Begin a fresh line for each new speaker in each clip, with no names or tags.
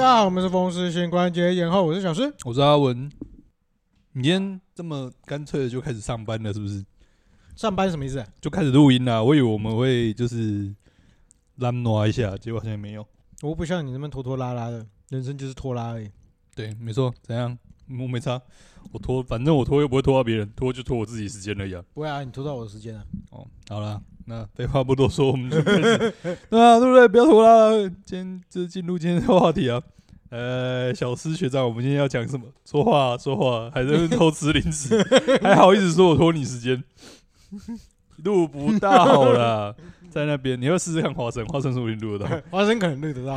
好，我们是风湿性关节炎后，我是小诗。
我是阿文。你今天这么干脆的就开始上班了，是不是？
上班什么意思、啊？
就开始录音啦。我以为我们会就是懒挪一下，结果好像没有。
我不像你那么拖拖拉拉的，人生就是拖拉而已。
对，没错。怎样？嗯我没差。我拖，反正我拖又不会拖到别人，拖就拖我自己时间而已啊。
不会啊，你拖到我的时间啊。
哦，好啦，那废话不多说，我们就开始 对啊，对不对？不要拖拉了，今天就进入今天的话题啊。呃，小思学长，我们今天要讲什么？说话、啊、说话、啊，还在那边偷吃零食， 还好意思说我拖你时间？录不到啦，在那边，你要试试看花生，花生说不定录得到。
花生可能录得 到，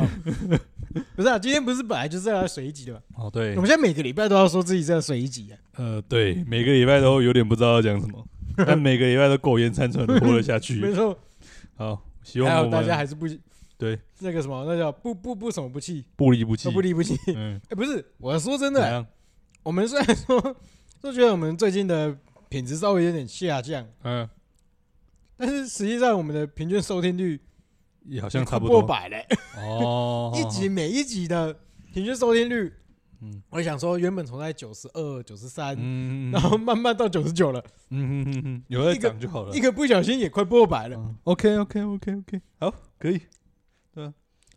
不是啊？今天不是本来就是要随机的吗？
哦，对
我，们现在每个礼拜都要说自己在随机啊。
呃，对，每个礼拜都有点不知道要讲什么， 但每个礼拜都苟延残喘的活了下
没
去。
错，
好，希
还
望
有
我
大家
们
还是不
对
那个什么，那叫不不不什么不气，
不离不弃
都。不离不 弃。哎、
嗯，
不是，我说真
怎
的啊、
样？
我们虽然说都觉得我们最近的品质稍微有点下降，
嗯，
但是实际上我们的平均收听率
也好像差不
过
多。
百嘞、，
哦
一集每一集的平均收听率，
嗯
我想说原本从在九十二、九十三，
嗯，嗯，
然后慢慢到九十九了，
嗯嗯嗯嗯，有在讲就好了
一。个不小心也快破百
嗯
了。
OK OK OK OK，好，可以。对啊，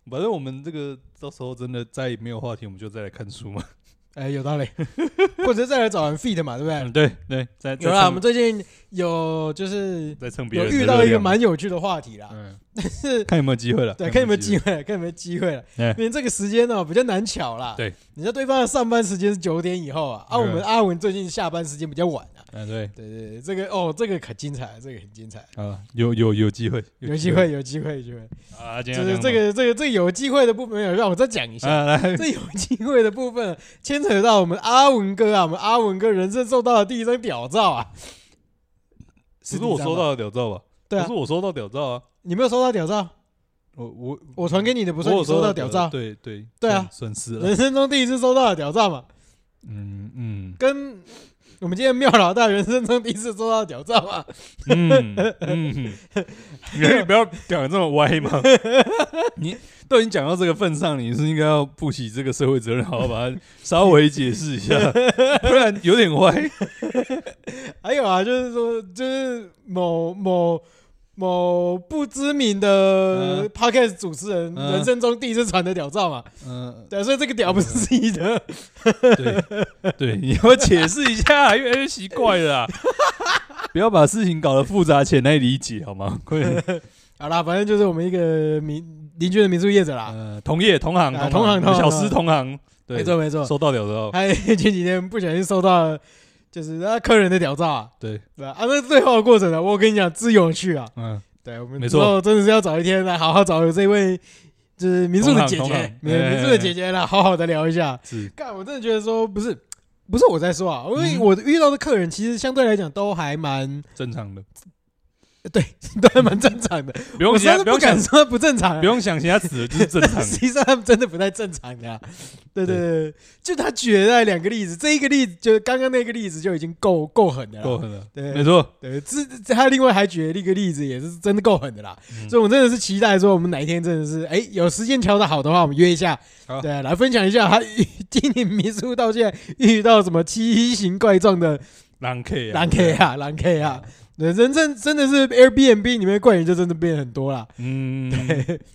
反正我们这个到时候真的再没有话题，我们就再来看书嘛。
哎、有道理， 或者再来找人 feed 嘛，对不对？
嗯，对对，再
哎有啦，我
再
们
蹭
最近有就是
再蹭别
有
人的
遇到一
热
个
量
蛮有趣的话题啦，
嗯，
是
看有没有机会了。
对，看有没有机
会。
会了，看有没有机会了。
哎
因为这个时间呢比较难巧啦。
对，
你知道对方的上班时间是九点以后啊，啊，
嗯
我们阿文最近下班时间比较晚啊。
嗯，对，
对对对，这个哦，这个可精彩了，这个很精彩，
啊，有有有机会，
有机会，有机会，有机会。
啊！今
就
天
是
要讲
这呃个这个这个有机会的部分，没有让我再讲一
什 么
下。
啊，来，
这有机会的部分牵扯到我们阿文哥啊，我们阿文哥人生受到的第一张屌照啊，
不是我收
的，
到的屌照吧？
对
不
啊
是，我收到屌照啊。
你没有收到屌照，
我我
我传给你的不是
我
你
有
收到
到
屌照，
对对
对啊
损损失了。
人生中第一次收到的屌照嘛，
嗯嗯
跟我们今天妙老大人生中第一次收到的屌照啊嘛，
嗯嗯，你可以不要讲得这么歪嘛。你都已经讲到这个份上，你是应该要负起这个社会责任，好好把它稍微解释一下，不然有点歪。
还有啊，就是说，就是某某某不知名的
嗯
podcast 主持人、
嗯
人生中第一次传的屌照嘛，
嗯，
对，啊所以这个屌不是自己的，
对对，你要解释一下，越来越奇怪了啊。不要把事情搞得复杂且难以理解，好吗？快点，
好啦，反正就是我们一个民邻居的民宿业者啦，
呃，同业同行
啊
同
同行同行
小师同行，
没
对，
错没错，
收到了之后，
还前几天不小心收到了就是啊客人的屌照啊，
对，
对吧？啊，那最后的过程呢，我跟你讲之有趣啊，
嗯，
对我们
没
之
错
后真的是要找一天来好好找这位就是民宿的姐
同行同
姐
行，哎
民民宿的姐姐来好好的聊一下。
是，
干，我真的觉得说不是不是我在说啊，因为
嗯
我遇到的客人其实相对来讲都还蛮
正常的，
都还蛮正常的，
不用
我实在是
想，不
不
用想
敢说 不正常、
不
啊。
用想其他词，就是正常
但 实际上他们真的不太正常的、啊，对对对，就他举了那两个例子，这一个例子就刚刚那个例子就已经够够狠的
的，够
了，
狠了，
对
没错。
对，这这他另外还举了一个例子，也是真的够狠的啦，
嗯
所以我真的是期待说我们哪一天真的是，哎，有时间调的好的话，我们约一下，
好
对，啊来分享一下他 遇经营民宿到现在遇到什么奇形怪状的
狼 K 啊，
狼 K 啊，狼 K 啊，对，人真真的是 Airbnb 里面的怪人就真的变很多啦。
嗯，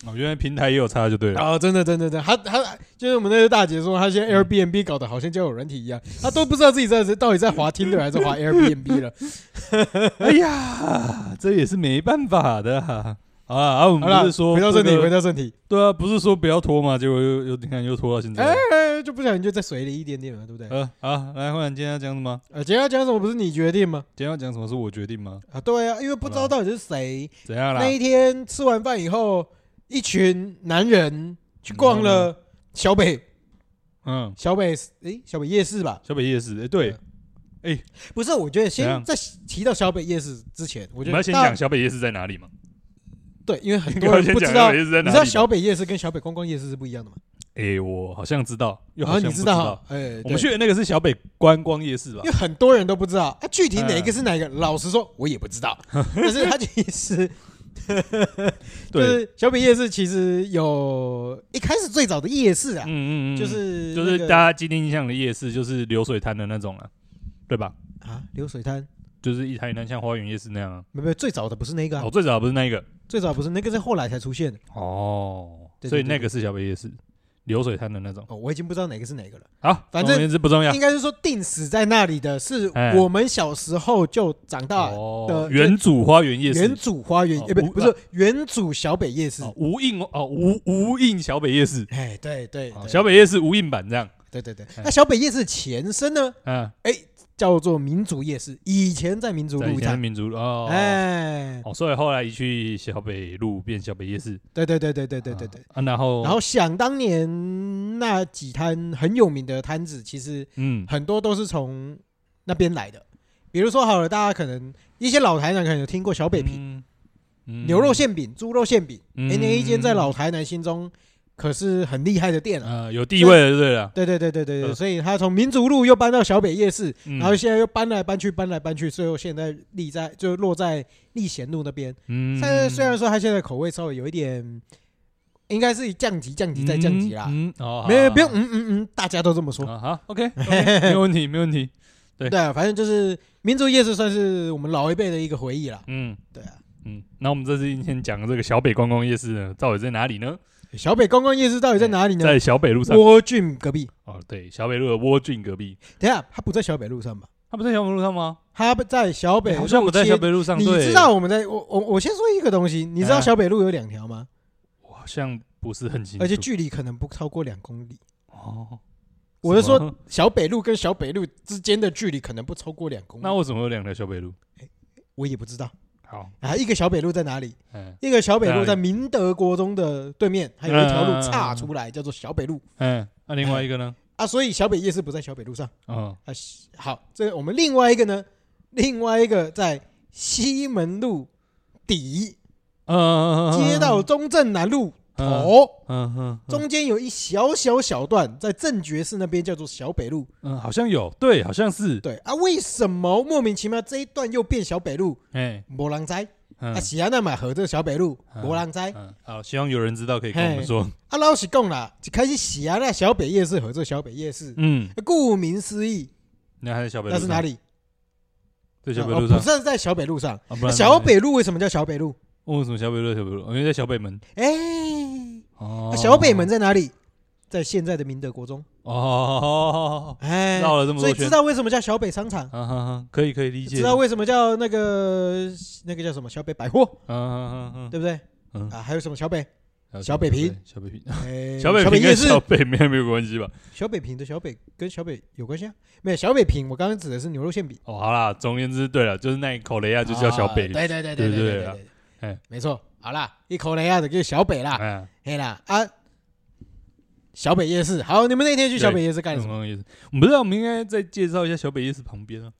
哦，原来平台也有差就对了。
哦，真的，真的，真的，他他就是我们那个大姐说，她现在 Airbnb 搞得好像交友软体一样，她都不知道自己在到底在滑 Tinder 还是滑 Airbnb 了。
哎呀，这也是没办法的啊。好啦啊，我
好
们
了，
不是说
回到
这
正题，
个
回到正题，
对啊，不是说不要拖嘛，结果又又你看又拖到现
哎
在。，
哎就不小心就再水了一点点嘛，对不对？
呃，好，来，焕然今天要讲什么？
呃，今天要讲什么不是你决定吗？
今天要讲什么是我决定吗？
啊，对啊，因为不知道
好啦
到底是谁。
怎样啦
那？一天吃完饭以后，一群男人去逛了小北
嗯，
小北诶小北夜市吧，
小北夜市，哎，对，
不是，我觉得
怎
先
样
在提到小北夜市之前，我
我
觉
们
得
要先
大
讲小北夜市在哪里嘛？
对，因为 很
我
多
们要
人
先
不
讲
知
小
道，
北夜市在
你
哪
知道
里？
小北夜市跟小北观光夜市是不一样的吗？
哎，我好像知道，又好
啊，
像
你
不
知
知
道
道
啊。？哎，
我
对
们去的那个是小北观光夜市吧
因为？很多人都不知道啊，具体
嗯
哪一个是哪一个，老实说，我也不知道。但是它其实就
对，
是小北夜市其实有一开始最早的夜市啊，
嗯嗯嗯，
就是
就
那
是
个
大家既定印象的夜市，就是流水摊的那种了、对吧？
啊流水摊，
就是一摊一摊像花园夜市那样啊。
没有没有，最早的不是那个啊
哦，，最早不是那一个
最早不是那个，是后来才出现的。
哦，
对对
所以
对
那个是小北夜市，流水摊的那种。
哦，我已经不知道哪个是哪个了。
好，
反
总而
正
言之不重要
应。该是说定死在那里的是
哎
我们小时候就长大
哦
的，
原主花园夜
原
市，
主花园，
哦
呃，不
无
不是原主小北夜市。
哦，无印哦，无无印小北夜市，
哎，对对，
哦
对
小，北夜市无印版这样。
对对对。
哎
那小北夜市前身呢，哎
嗯，
叫做民族夜市，以前在民族
在以
路
前的
上。
民族哦，
哎，
哦，所以后来移去小北路变小北夜市。
对对对对对对对对。
啊，然后
然后想当年那几摊很有名的摊子，其实
嗯，
很多都是从那边来的。比如说好了，大家可能一些老台南可能有听过小北皮、
嗯嗯
牛肉馅饼、猪肉馅饼，
嗯
哎，那一间在老台南心中可是很厉害的店啊。
呃有地位了就对了，
对对对对对对，
嗯
所以他从民族路又搬到小北夜市，
然
然后现在又搬来搬去，搬来搬去，最后现在立在就落在立贤路那边。
嗯
现在虽然说他现在口味稍微有一点，应该是降级、降级再降级啦。
嗯，嗯哦，
没有，不用，
好啊
嗯嗯嗯，大家都这么说。
好好好，OK，没 有问题，没有问题，对
对啊，反正就是民族夜市算是我们老一辈的一个回忆啦。
嗯
对啊，
嗯，那我们这次今天讲的这个小北观光夜市呢，到底在哪里呢？
小北观光夜市到底在哪里呢？
在小北路上，
窝郡隔壁。
哦，对，小北路的窝郡隔壁，
等一下，他不在小北路上吧？
它不在小北路上吗？
他在小北
哎好像不在
路街
小北路上，
你
对
知道我们在我我我先说一个东西，你知道
哎
小北路有两条吗？
我好像不是很清楚，
而且距离可能不超过两公里。
哦，
我是
什么
说，小北路跟小北路之间的距离可能不超过两公里。
那为什么有两条小北路？
我也不知道
好，
啊，一个小北路在哪里？
嗯
一个小北
在哪
路
里
在明德国中的对面，还有一条
嗯嗯嗯
路
嗯
岔出来，叫做小北路
嗯，那另外一个 呢？
啊。所以小北夜市不在小北路上
嗯，
啊。西好，这个我们另外一个呢，另外一个在西门路底，
嗯，
接到中正南路
嗯
头。
嗯嗯嗯
中间有一小小小段在正觉寺那边叫做小北路，
嗯，好像有，对，好像是，
对啊，为什么莫名其妙这一段又变小北路？
哎，
没人知
嗯
啊，喜安那买河这小北路，
嗯
没人知
嗯，好，希望有人知道可以跟我们说，
啊，老实讲啦，一开始喜安那小北夜市合这小北夜市，
嗯，
顾名思义，
那还在小北路，
那是哪？里？
在小北
哦不
路上，
是在小北路上。
啊不
那
然
小北路为什么叫小北路？
为什么小北路？小北路，因为在小北门。
哎，
哦
那小北门在哪里？在现在的明德国中。
哦，
哎，
绕了这么
所
多
以
圈
知，道为什么叫小北商场？
哈哈哈，可以可以理解，
知道为什么叫那个那个叫什么小北百货，
嗯嗯
对不对？
嗯
啊，还有什么小北？
嗯，
小北平，
小北平，
哎
小北
小北
平
夜
跟
市
小北没有没有关系吧？
小北平的小北跟小北有关系啊？没有，小北平，我刚刚指的是牛肉馅饼，
哦，好啦，总而言之，对了，就是那一口雷亚就叫小北
啊，对对对对
对对
对
啊
对对
哎，
没错。好啦，一口雷啊，就叫小北啦，
哎，
嘿啦啊，小北夜市。好，你们那天去小北夜市干
什
什么？
么意思？我们不知道，我们应该再介绍一下小北夜市旁边啊，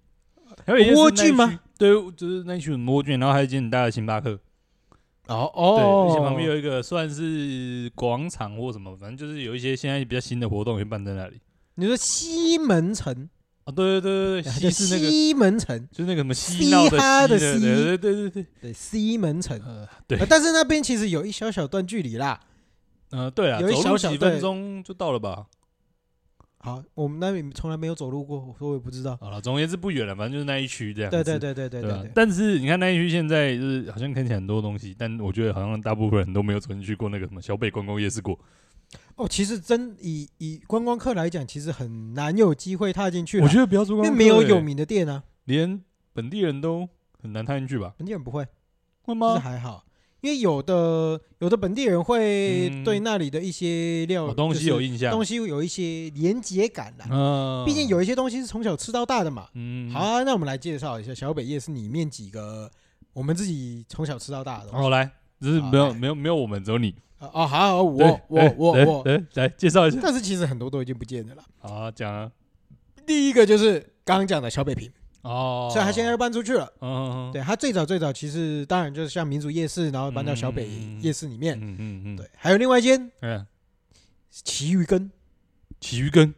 小北夜市那一
蜗
区
苣吗？
对，就是那一群蜗苣，然后还有一间很大的星巴克，
哦
嗯对，而且
哦，
旁边有一个算是广场或什么，反正就是有一些现在比较新的活动也办在那里。
你说西门城，
啊，对对对对
叫
对，西是那个，
西门城，
就是那个什么嬉
嘻
闹
哈的
的西
嘻
的，对对对对对，
对，西门城。
呃
呃
对，
但是那边其实有一小小段距离啦。
呃对啊，
有一
走路
小小
几
对
分钟就到了吧？
好，我们那里从来没有走路过，所以我也不知道。
好了，总而言之不远了，反正就是那一区这样子。
对对对对对
对啊
对对，
但是你看那一区现在就是好像看起来很多东西，但我觉得好像大部分人都没有曾经去过那个什么小北观光夜市过。
哦，其实真以以观光客来讲，其实很难有机会踏进去啦。
我觉得不要说
啊因为
观光客，
没有
欸
有，名的店啊，
连本地人都很难踏进去吧？
本地人不会，啊
会
其实
吗？
还好。因为有的有的本地人会
嗯
对那里的一些料、
哦东西有印
就是
象，
东西有一些连结感啦，
嗯，
毕竟有一些东西是从小吃到大的嘛。
嗯
好、啊，那我们来介绍一下小北夜市里面几个我们自己从小吃到大的东西。
好来，只是
好
没有
来
没有没有我们，只有你。
啊哦，好好，
对
我
来
我我
来
我，
来来介绍一下。
但是其实很多都已经不见了啦。
好啊，讲啊。
第一个就是刚刚讲的小北平，
哦，
所以他现在要搬出去了。
嗯，嗯，
对他最早最早其实当然就是像民族夜市，然后搬到小北
嗯
夜市里
嗯
面。
嗯嗯嗯，
对，还有另外一间
嗯，
奇鱼羹，
奇鱼羹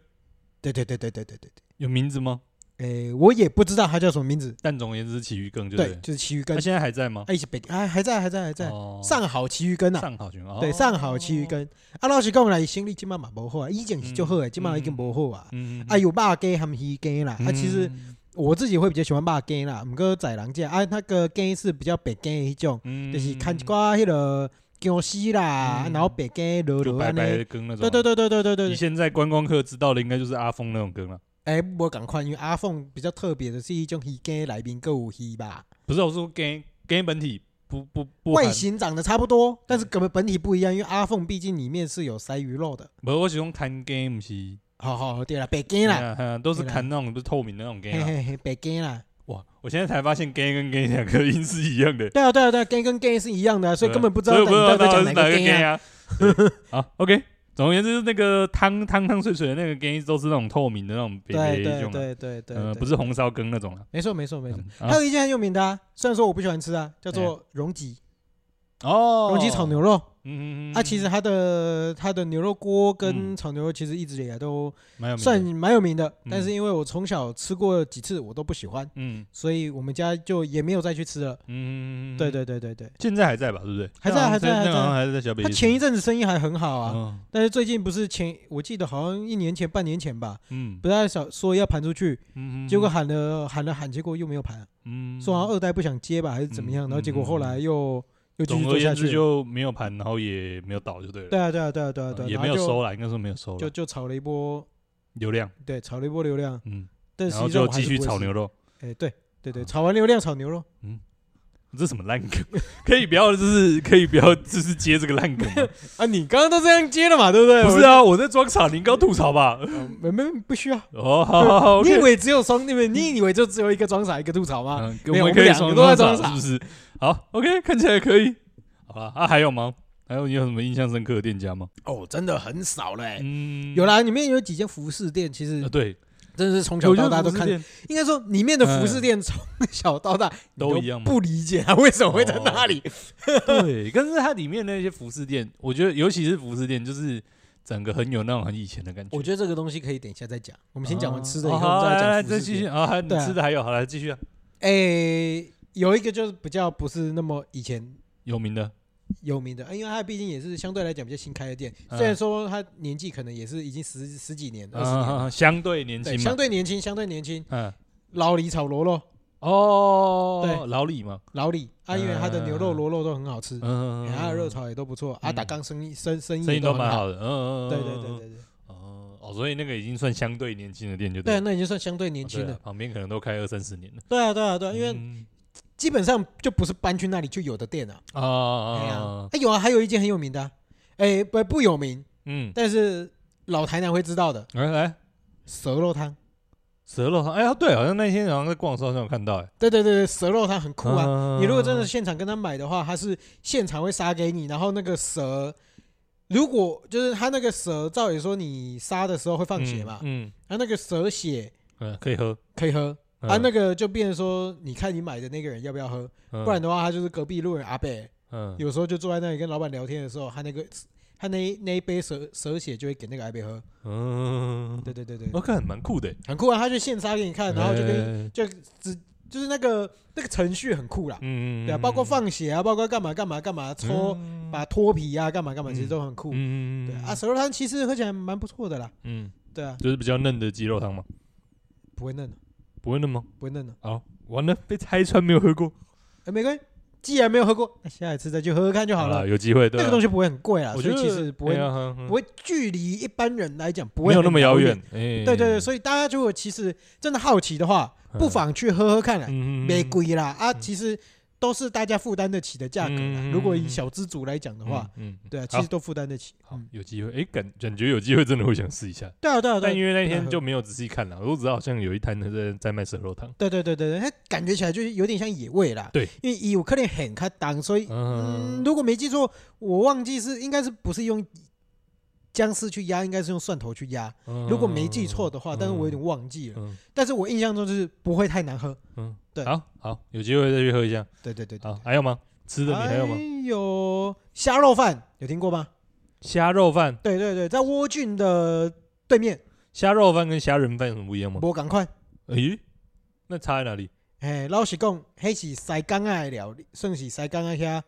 对对对对对对对对，
有名字吗？
诶，我也不知道他叫什么名字。
但总而言之，奇鱼更就
对，
了
就是奇鱼
他
根，
现在还在吗？
哎，一起北哎还在还在还在，
哦
上好奇鱼根呐。
上好群哦，
对，上好奇鱼根。啊，老实讲啦，伊生理即满嘛无好啊，以前是就好诶，即满已经无好啊。
嗯，嗯
啊，，有肉鸡含鱼鸡啦。啊，其实我自己会比较喜欢肉鸡啦，毋过宰人家啊，那个鸡是比较白鸡迄种，
嗯
就是看一寡迄落姜丝啦，啊
嗯
然后白鸡落
就
落
白
安
白
尼。
的羹那
对
种。
对对对对对对
你，现在观光客知道的应该就是阿峰那种羹了。
哎，无共款，因为阿凤比较特别的是一种鱼羹内面够有鱼吧，
不是，我说 gay gay 本体不不不含
外，形长得差不多，但是本本体不一样，因为阿凤毕竟里面是有塞鱼肉的。
不是我喜欢看 gay 不是，
好好，好对了，白羹啦，
啊啊都是
对啦
看那种不是透明的那种 gay
嘿
啦。
嘿嘿，白羹啦，
哇，我现在才发现 gay 跟 gay 两个音是一样的，
对啊对啊对啊，羹跟羹是一样的啊，所以根本不知道
所以
你
我不知
到
道
底在讲个
到底是哪个
gay
gay
啊。
啊。对好，OK。总而言之，那个汤汤汤水水的那个 gay 都是那种透明的那种别
对
别一
对
种的，
对对对，
呃，
对
不是，红烧羹那种了。
没错没错没错。
嗯哎
还有一件很有名的啊，虽然说我不喜欢吃啊，叫做荣吉，
哦，
荣吉炒牛肉。
嗯，嗯嗯嗯，
啊，其实它的它的牛肉锅
嗯
跟炒牛肉其实一直以来都
蛮有嗯名的
算蛮有名的，但是
嗯
因为我从小吃过几次，我都不喜欢，
嗯
所以我们家就也没有再去吃了。
嗯，
对，对对对对，
现在还在吧？对不对？
还在还在
那个好像
还在
还是在小北。
他前一阵子生意还很好啊，
啊，
但是最近不是前我记得好像一年前、半年前吧，
嗯
不是想说要盘出去，
嗯，
结果喊了喊了喊，结果又没有盘，
嗯，
说好像二代不想接吧，还是怎么样，
嗯
然后结果
嗯
后来又又继续
总而
做下
言之
去了。
就没有盘，然后也没有倒，就对了。
对啊对啊对啊对啊对啊，
也
然
没有
后就
收了，应该说没有收
就
了
就炒了一波，
流量，
对，炒了一波流量，
嗯，
但
然
实
后
际上
就
我还
继
是
续
不会
炒
吃
牛。肉。
哎，对对对，
啊
炒完流量炒牛肉。
这什么烂梗？ 可以不要，就是可以不要，就是接这个烂梗吗。
啊，你刚刚都这样接了嘛，对 不对？
不是啊，我在装傻，你应该吐槽吧？
我，没没不需要。
哦，好好好
你以
，OK。
为只有双，你以为你以为就只有一个装傻，一个吐槽吗？
嗯，
啊没
我
有我们
们可以
两
双
个都在
装
装傻
是不是？好，OK，看起来可以。好了，啊，还有吗？还有你有什么印象深刻的店家吗？
哦，真的很少嘞。
嗯，
哎有啦，里面有几间服饰店，其实
啊，对，
真的是从
我
小
觉
到大
得服
都
饰
看。
店
应该说，里面的服饰店从小到大你
都一样吗 哦
不理解它为什么会在那里。
对，但是它里面那些服饰店，我觉得尤其是服饰店，就是整个很有那种很以前的感觉。
我觉得这个东西可以等一下再讲。我
我
们先讲完吃的以
以
后，我们
来
再
来哦
讲
来
服
再
饰
继续
店。
啊，还你
对啊
吃的还有，好来继续啊，
哎，有一个就是比较不是那么以前
有名的，
有名的，呃因为它毕竟也是相对来讲比较新开的店，
嗯
虽然说它年纪可能也是已经十十几年、二十年了，
啊，相对年
对，
轻
相
嘛，
对年轻，相对年轻。
嗯，
老李炒螺肉，
哦，
对
老李嘛，
老李啊，因为它的牛肉、
嗯
螺肉都很好吃，
嗯，
哎它的热炒也都不错，啊，
嗯
打刚生意生生
生
意
意都
很
蛮。好的，嗯嗯，嗯
对对对，对对，
哦哦，所以那个已经算相对年轻的店就
对啊，
了，
那已经算相对年
哦
轻
对
的
啊。旁边可能都开二三十年了，
对啊，对啊，对啊，因为
嗯
基本上就不是搬去那里就有的店啊。
啊啊
哎
啊
呀
啊，，
哎有啊，还有一间很有名的啊，哎不不有名，
嗯，
但是老台南会知道的
来来，
蛇肉汤。
蛇肉汤，哎呀，对，好像那天好像在逛的时候好像有看到，哎，
对对对对，蛇肉汤很酷啊，
啊
你如果真的现场跟他买的话，他是现场会杀给你，然后那个蛇，如果就是他那个蛇，照理说你杀的时候会放血嘛，
嗯，
他、那个蛇血
嗯嗯可以喝
可以喝、啊，
嗯
那个就变成说，你看你买的那个人要不要喝，
嗯
不然的话，他就是隔壁路人阿贝，
嗯
有时候就坐在那里跟老板聊天的时候，他那个他那那一杯蛇蛇血就会给那个阿贝喝，
嗯，
对对对对，
我看蛮酷的，
很酷啊，他就现杀给你看，然后就嗯跟、
哎
就只就是那个那个程序很酷啦，
嗯
对啊，包括放血啊，包括干嘛干嘛干嘛抽。把脱皮啊，干嘛干嘛，
嗯
其实都很酷。
嗯
对啊，蛇肉汤其实喝起来蛮不错的啦。
嗯，
对啊，
就是比较嫩的鸡肉汤嘛，
不会嫩的，
不会嫩吗？
不会嫩的。
哦，完了，被拆穿没有喝过，
哎，玫瑰，既然没有喝过，那下一次再去喝喝看就好
啦
了。
有机会，对
那
啊
个东西不会很贵啊，
我
所
觉
以
得
其实不会
哎呀哼哼
不会距离一般人来讲不会
没有那么
很
遥
远
远。，哎嗯对
对对对，所以大家如果其实真的好奇的话，不妨去喝喝看啦，没
玫
贵啦啊，
嗯
其实都是大家负担得起的价格啦。
嗯
如果以小资族来讲的话，，
嗯，嗯
对啊，
好
其实都负担得起。
好
嗯，
有机会，哎，感感觉有机会真的会想试一下。
对啊对啊对
但
啊
因为那天就没有仔细看了，我只知道好像有一摊在在卖蛇肉汤。
对对对对对，它感觉起来就是有点像野味啦。
对，
因为伊有可能很开档，所以
嗯
嗯，如果没记错，我忘记是应该是不是用姜丝去压，应该是用蒜头去压，如果没记错的话，但是我有点忘记了。
嗯
但是我印象中就是不会太难喝。
嗯，
对
好好，有机会再去喝一下。
对对对对
好，，还有吗？吃的
哎
你还有吗？
有虾肉饭，有听过吗？
虾肉饭，
对对对，在窝郡的对面，
嗯虾肉饭跟虾仁饭有什么不一样吗？
我赶快
诶，那差在哪里？
嘿，老实讲，迄是西港仔的料理，算是西港仔遐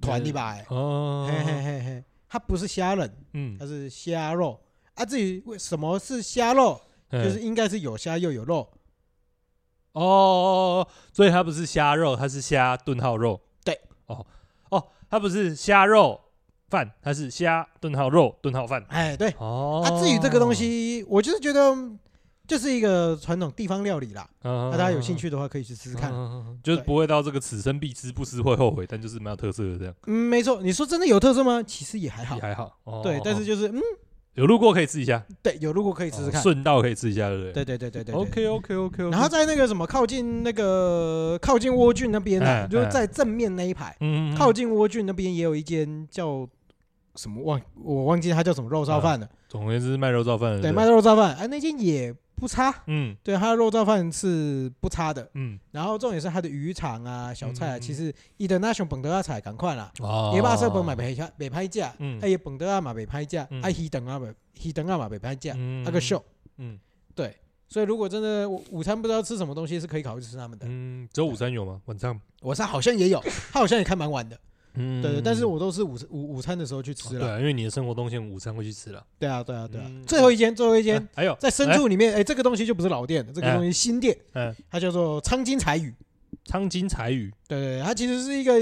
团的吧的。
哦，
嘿嘿呃嘿嘿，它不是虾仁，
嗯，
它是虾肉啊。至于为什么是虾肉，就
嘿
是应该是有虾又有肉。
哦哦哦，哦所以它不是虾肉，它是虾炖号肉。
对，
哦哦，它不是虾肉饭，它是虾炖号肉炖号饭。
哎，对。
哦，
啊，至于这个东，西，我就是觉得嗯就是一个传统地方料理啦。
那
那大家有兴趣的话，可以去试试看。
就是
对
不会到这个此生必吃，不吃会后悔，但就是蛮有特色的这样，
嗯，没错。你说真的有特色吗？其实也还好
也。还好。哦
对，但是
哦
就是嗯，
有路过可以吃一下，
对，有如果可以试试
哦
看。
顺道可以吃一下，对不对？
对对对对对。对
OK OK OK，
然后在那个什么靠近那个靠近蜗郡那边啊，
嗯
就是在正面那一排，
嗯
靠近蜗郡那边也有一间叫什么忘我忘记它叫什么肉燥饭了，
总而言之卖肉燥饭，
对，
不
卖肉燥饭，哎，那间也不差，
嗯
对，它的肉燥饭是不差的。
嗯，
然后重点是它的鱼肠啊、小菜啊，
嗯
其实伊的那熊本德啊菜赶快啦，
哦
也把设本买袂拍袂拍价，
嗯
啊也本德啊嘛袂拍价，
嗯
啊鱼等啊袂鱼等啊嘛袂拍价，
嗯
啊个秀，
嗯
对，所以如果真的午午餐不知道吃什么东西，是可以考虑吃他们的。
嗯，只有午餐有吗？晚上？
我上好像 也有，他好像也开蛮晚的，
嗯，
对对，但是我都是午午午餐的时候去吃
对
了，
啊，因为你的生活动线午餐会去吃了。
对啊对啊对啊
嗯。
最后一间，最后一间
啊还有
在深处里面，哎，这个东西就不是老店了，这个
哎
东西新店，
嗯，
它叫做苍金彩
哎
语，
苍金彩鱼，
对对，对它其实是一个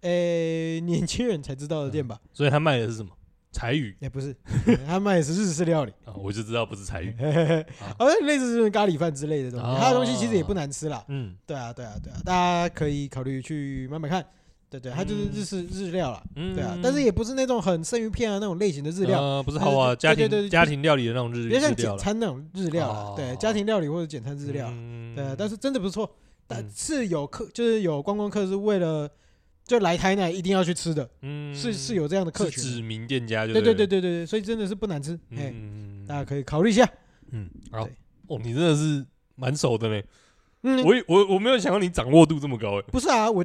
呃年轻人才知道的店吧？
所以他卖的是什么？彩鱼
也不是， 他卖的是日式料 理，
啊，我就知道不是彩鱼。
啊，类似就是咖喱饭之类的东西，
哦
它的东西其实也不难吃啦，
嗯
对啊对啊对啊，大家可以考虑去慢慢看。对对，它就是日式日料啦，
嗯
对啊，但是也不是那种很生鱼片啊那种类型的日料，
呃不是豪华
但
家
是对对对
庭家庭料理的那种日
比较
日
像
料
简
了，
餐那种日料啦
哦，
对，家庭料理或者简餐日料啦，
嗯
对，啊但是真的不错，但
嗯
是有客就是有观光客是为了就来台南一定要去吃的，
嗯
是是有这样的客
是
群
指
的，
名店家就
对
对
对对
了
对对对，所以真的是不难吃，哎，
嗯
大家可以考虑一下，
嗯好
对
哦，你真的是蛮熟的呢。
嗯，
我以我我没有想到你掌握度这么高哎。
不是啊，我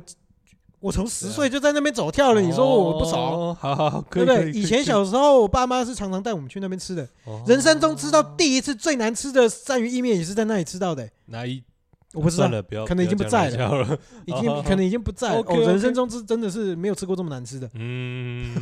我从十
对啊
岁就在那边走跳了，你说我不啊熟？
哦？好好好，
对
可以
不
可
对？
可
以前小时候，我爸妈是常常带我们去那边吃的。
哦
人生中吃到第一次最难吃的鳝鱼意面，也是在那里吃到的、
哪一
我不知道
算，了，不要，
可能已经不在了
要讲了。
已经可能已经不在了。哦，
OK，OK
人生中是真的是没有吃过这么难吃的。
嗯，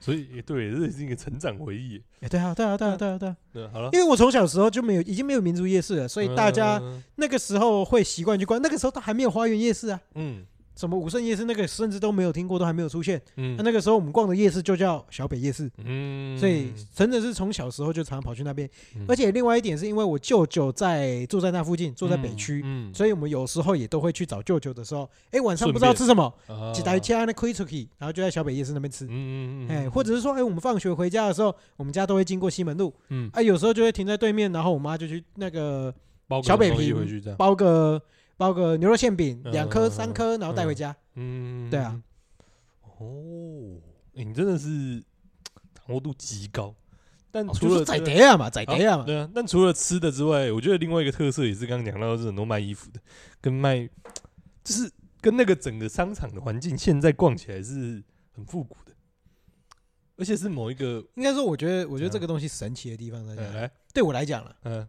所以也对，这是一个成长回忆耶。
哎，对啊，对啊，对啊，对啊，对啊，
那好了，
因为我从小时候就没有，已经没有民族夜市了，所以大家那个时候会习惯去逛。那个时候都还没有花园夜市啊，
嗯
什么武圣夜市那个甚至都没有听过，都还没有出现。那
嗯
那个时候我们逛的夜市就叫小北夜市，
嗯，
所以真的是从小时候就常跑去那边
嗯。
而且另外一点是因为我舅舅在住在那附近，住在北区，
嗯，
所以我们有时候也都会去找舅舅的时候，哎，晚上
顺
不知道
便
吃什么，
啊
几台，车那开出去，然后就在小北夜市那边吃。
嗯嗯嗯，
哎，或者是说，哎，我们放学回家的时候，我们家都会经过西门路，
嗯
啊，有时候就会停在对面，然后我妈就去那个
包个
小北
东西
平
回去这样，
包个包个牛肉馅饼，
嗯
两颗
嗯
三颗，然后带回家。
嗯，
对啊，
哦，哎你真的是掌握度极高，但
哦
除
就
了
是宰
这个
碟啊嘛，宰碟啊嘛，
嗯对啊，但除了吃的之外，我觉得另外一个特色也是刚刚讲到，是很多卖衣服的，跟卖，就是跟那个整个商场的环境现在逛起来是很复古的，而且是某一个，
应该说，我觉得我觉得
嗯
这个东西神奇的地方在
呃、
哪？
来，
对我来讲了，
嗯、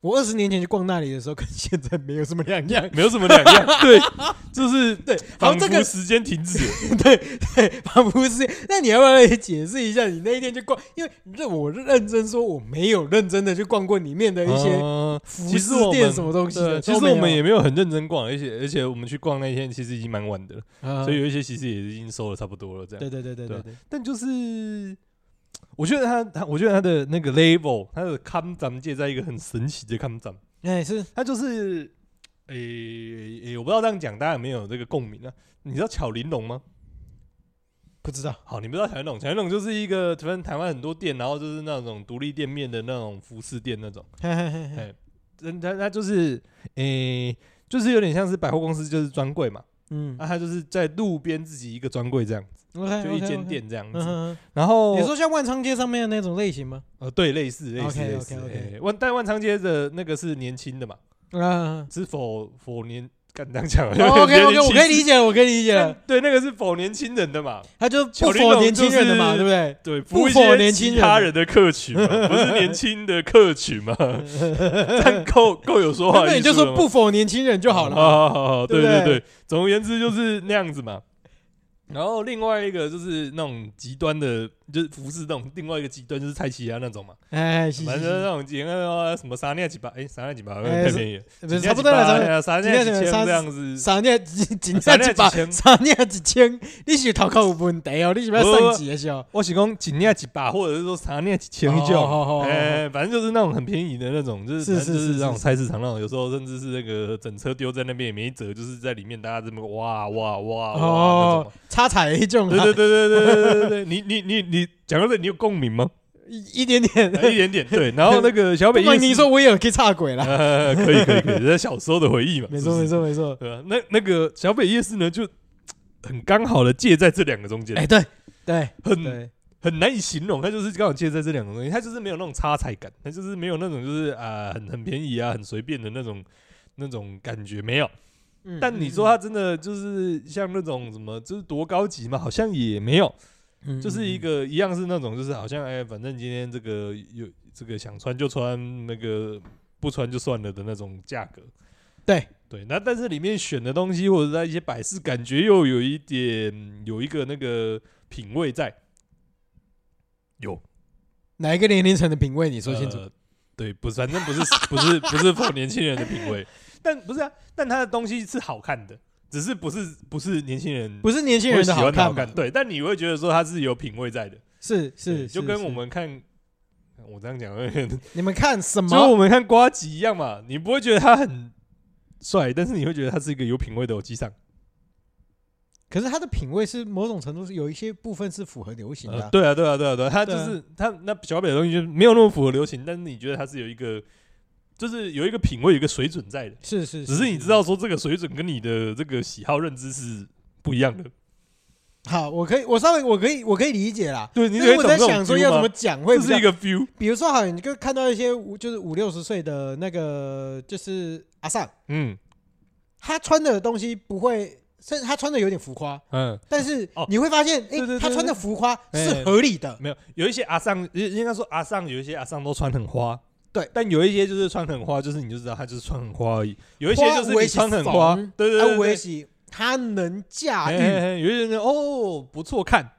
我二十年前去逛那里的时候，跟现在没有什么两样。
没有什么两样， 对，就是
对，然后
仿
这个
佛时间停止了，
仿佛是，那你要啊不要解释一下你那一天去逛？因为认我认真说，我没有认真的去逛过里面的一些
嗯
服
其实我
饰店
们
什么东西
对
的。哦
啊其
都
实
没
我
有
们也没有很认真逛，而且而且我们去逛那一天其实已经蛮晚的了，
啊
所以有一些其实也已经收了差不多了，这样。
对对对对对
对
对，
但就是，我觉得他他，我觉得他的那个 label，他的 c o m 界在一个很神奇的 c o m
哎是
他就是，诶、诶我不知道这样讲大家有没有这个共鸣啊？你知道巧玲珑吗？
不知道
好，你不知道巧玲珑，巧玲珑就是一个反正台湾很多店，然后就是那种独立店面的那种服饰店那种，
嘿嘿嘿嘿
哎，嗯，他他就是，诶、就是有点像是百货公司，就是专柜嘛，
嗯
啊，他就是在路边自己一个专柜这样，
，OK，
就一间店这样
嗯。
子。哦
嗯嗯
然后
你说像万昌街上面的那种类型 吗？
呃，对，类似类似
OK，
类似。
OK，OK
哎万但万昌街的那个是年轻的嘛，
啊，
是否否年干这样讲好像
哦 OK
有
OK，
点
我可以
歧视
理解了，我可以理解了，
对，那个是否年轻人的嘛？
他就不
小玲珑
否年轻人的嘛，对
就是
不对？
对，服
不
务一
否
些
年
其
轻人
他人的客群嘛，不是年轻的客 群嘛？但够够有说话
那
艺
你就
术了哦
说
吗，
不否年轻人就好了嘛。
好好好，对
对不
对
对
对，总而言之就是那样子嘛。然后另外一个就是那种极端的，就是服饰那种；另外一个极端就是菜奇啊亚那种嘛，
哎，是
反
是
正
是
那种几个什么沙尼几巴，哎，沙尼几巴
哎
太便宜了，
不是，差不多了，差不多了。
沙尼几千这样子，
三年一真
三
正
年
一
一
百，
千
三年一千，你是头壳有问题哦，你是不是要升级的是哦？
我是讲几年几把，或者是说啥年几千一
哦
叫，
好好好
哎，反正就是那种很便宜的那种，就是
是
反正就是
是
那种
是
菜市场那种，有时候甚至是那个整车丢在那边也没辙，就是在里面大家这么哇哇哇哇那种
哦
嘛。，
插彩的一种啊，
对对对对对对对对对，你你你你讲到这，你有共鸣吗？
一一点点。
哎一点点，对。然后那个小
不
北
管
夜
你
市，
说，我也有去插鬼啦。
呃，可以可以可以，这是小时候的回忆嘛，
没
是不
错
是
没。错没错。
对啊，那那个小北夜市呢，就很刚好的介在这两个中间，
哎，对对
很
对，
很难以形容，它就是刚好介在这两个中间，它就是没有那种差彩感，它就是没有那种就是啊、很很便宜啊，很随便的那种那种感觉没有。
嗯
但你说它真的就是像那种什么，就是多高级嘛，好像也没有。
嗯
就是一，个一样是那种，就是好像哎、反正今天这个有这个想穿就穿，那个不穿就算了的那种价格。
嗯对
对，那但是里面选的东西或者在一些摆饰，感觉又有一点有一个那个品味在。有，
哪一个年龄层的品味？你说清楚。
呃对，不是，反正不是不是不是否年轻人的品味， 但不是啊，但它的东西是好看的，只是不是不是年轻人
不是年轻
会
人
喜
的
欢的
看
好
嘛
看，，对，但你会觉得说它是有品味在的。
是
对
是，
就是跟我
是
们看，我这样讲有点， 就
你们看什
是我
么？
们看瓜吉一样嘛，你不会觉得他很帅，但是你会觉得他是一个有品味的偶机上。
可是他的品味是某种程度是有一些部分是符合流行的
呃
啊，
对啊，对啊，对啊，对啊，他就
对啊
是他那小北的东西就是没有那么符合流行，但是你觉得他是有一个，就是有一个品味，有一个水准在的，
是是，
只是你知道说这个水准跟你的这个喜好认知是不一样的。
好，我可以，我稍微我可以我可以理解啦。
对，你
但是
会
我
懂
在
这种
想说
feel 啊
要怎
吗
么讲会
这
比
是
较
一，个 view，
比如说好，你就看到一些五就是五六十岁的那个就是阿尚，
嗯
他穿的东西不会，甚至他穿的有点浮夸，
嗯，
但是
哦
你会发现，哎
对对对，
他穿的浮夸
对
是合理的，
没有，有一些阿尚，应应该说阿尚有一些阿尚都穿很花，
对
但有一些就是穿很花，就是你就知道他就是穿很花而已。有一些
花
就是
我
你
也喜
穿很花
怂，
对对
啊
对
我
对
也喜，他能驾
嘿
驭
嘿，嘿有一些人哦不错看，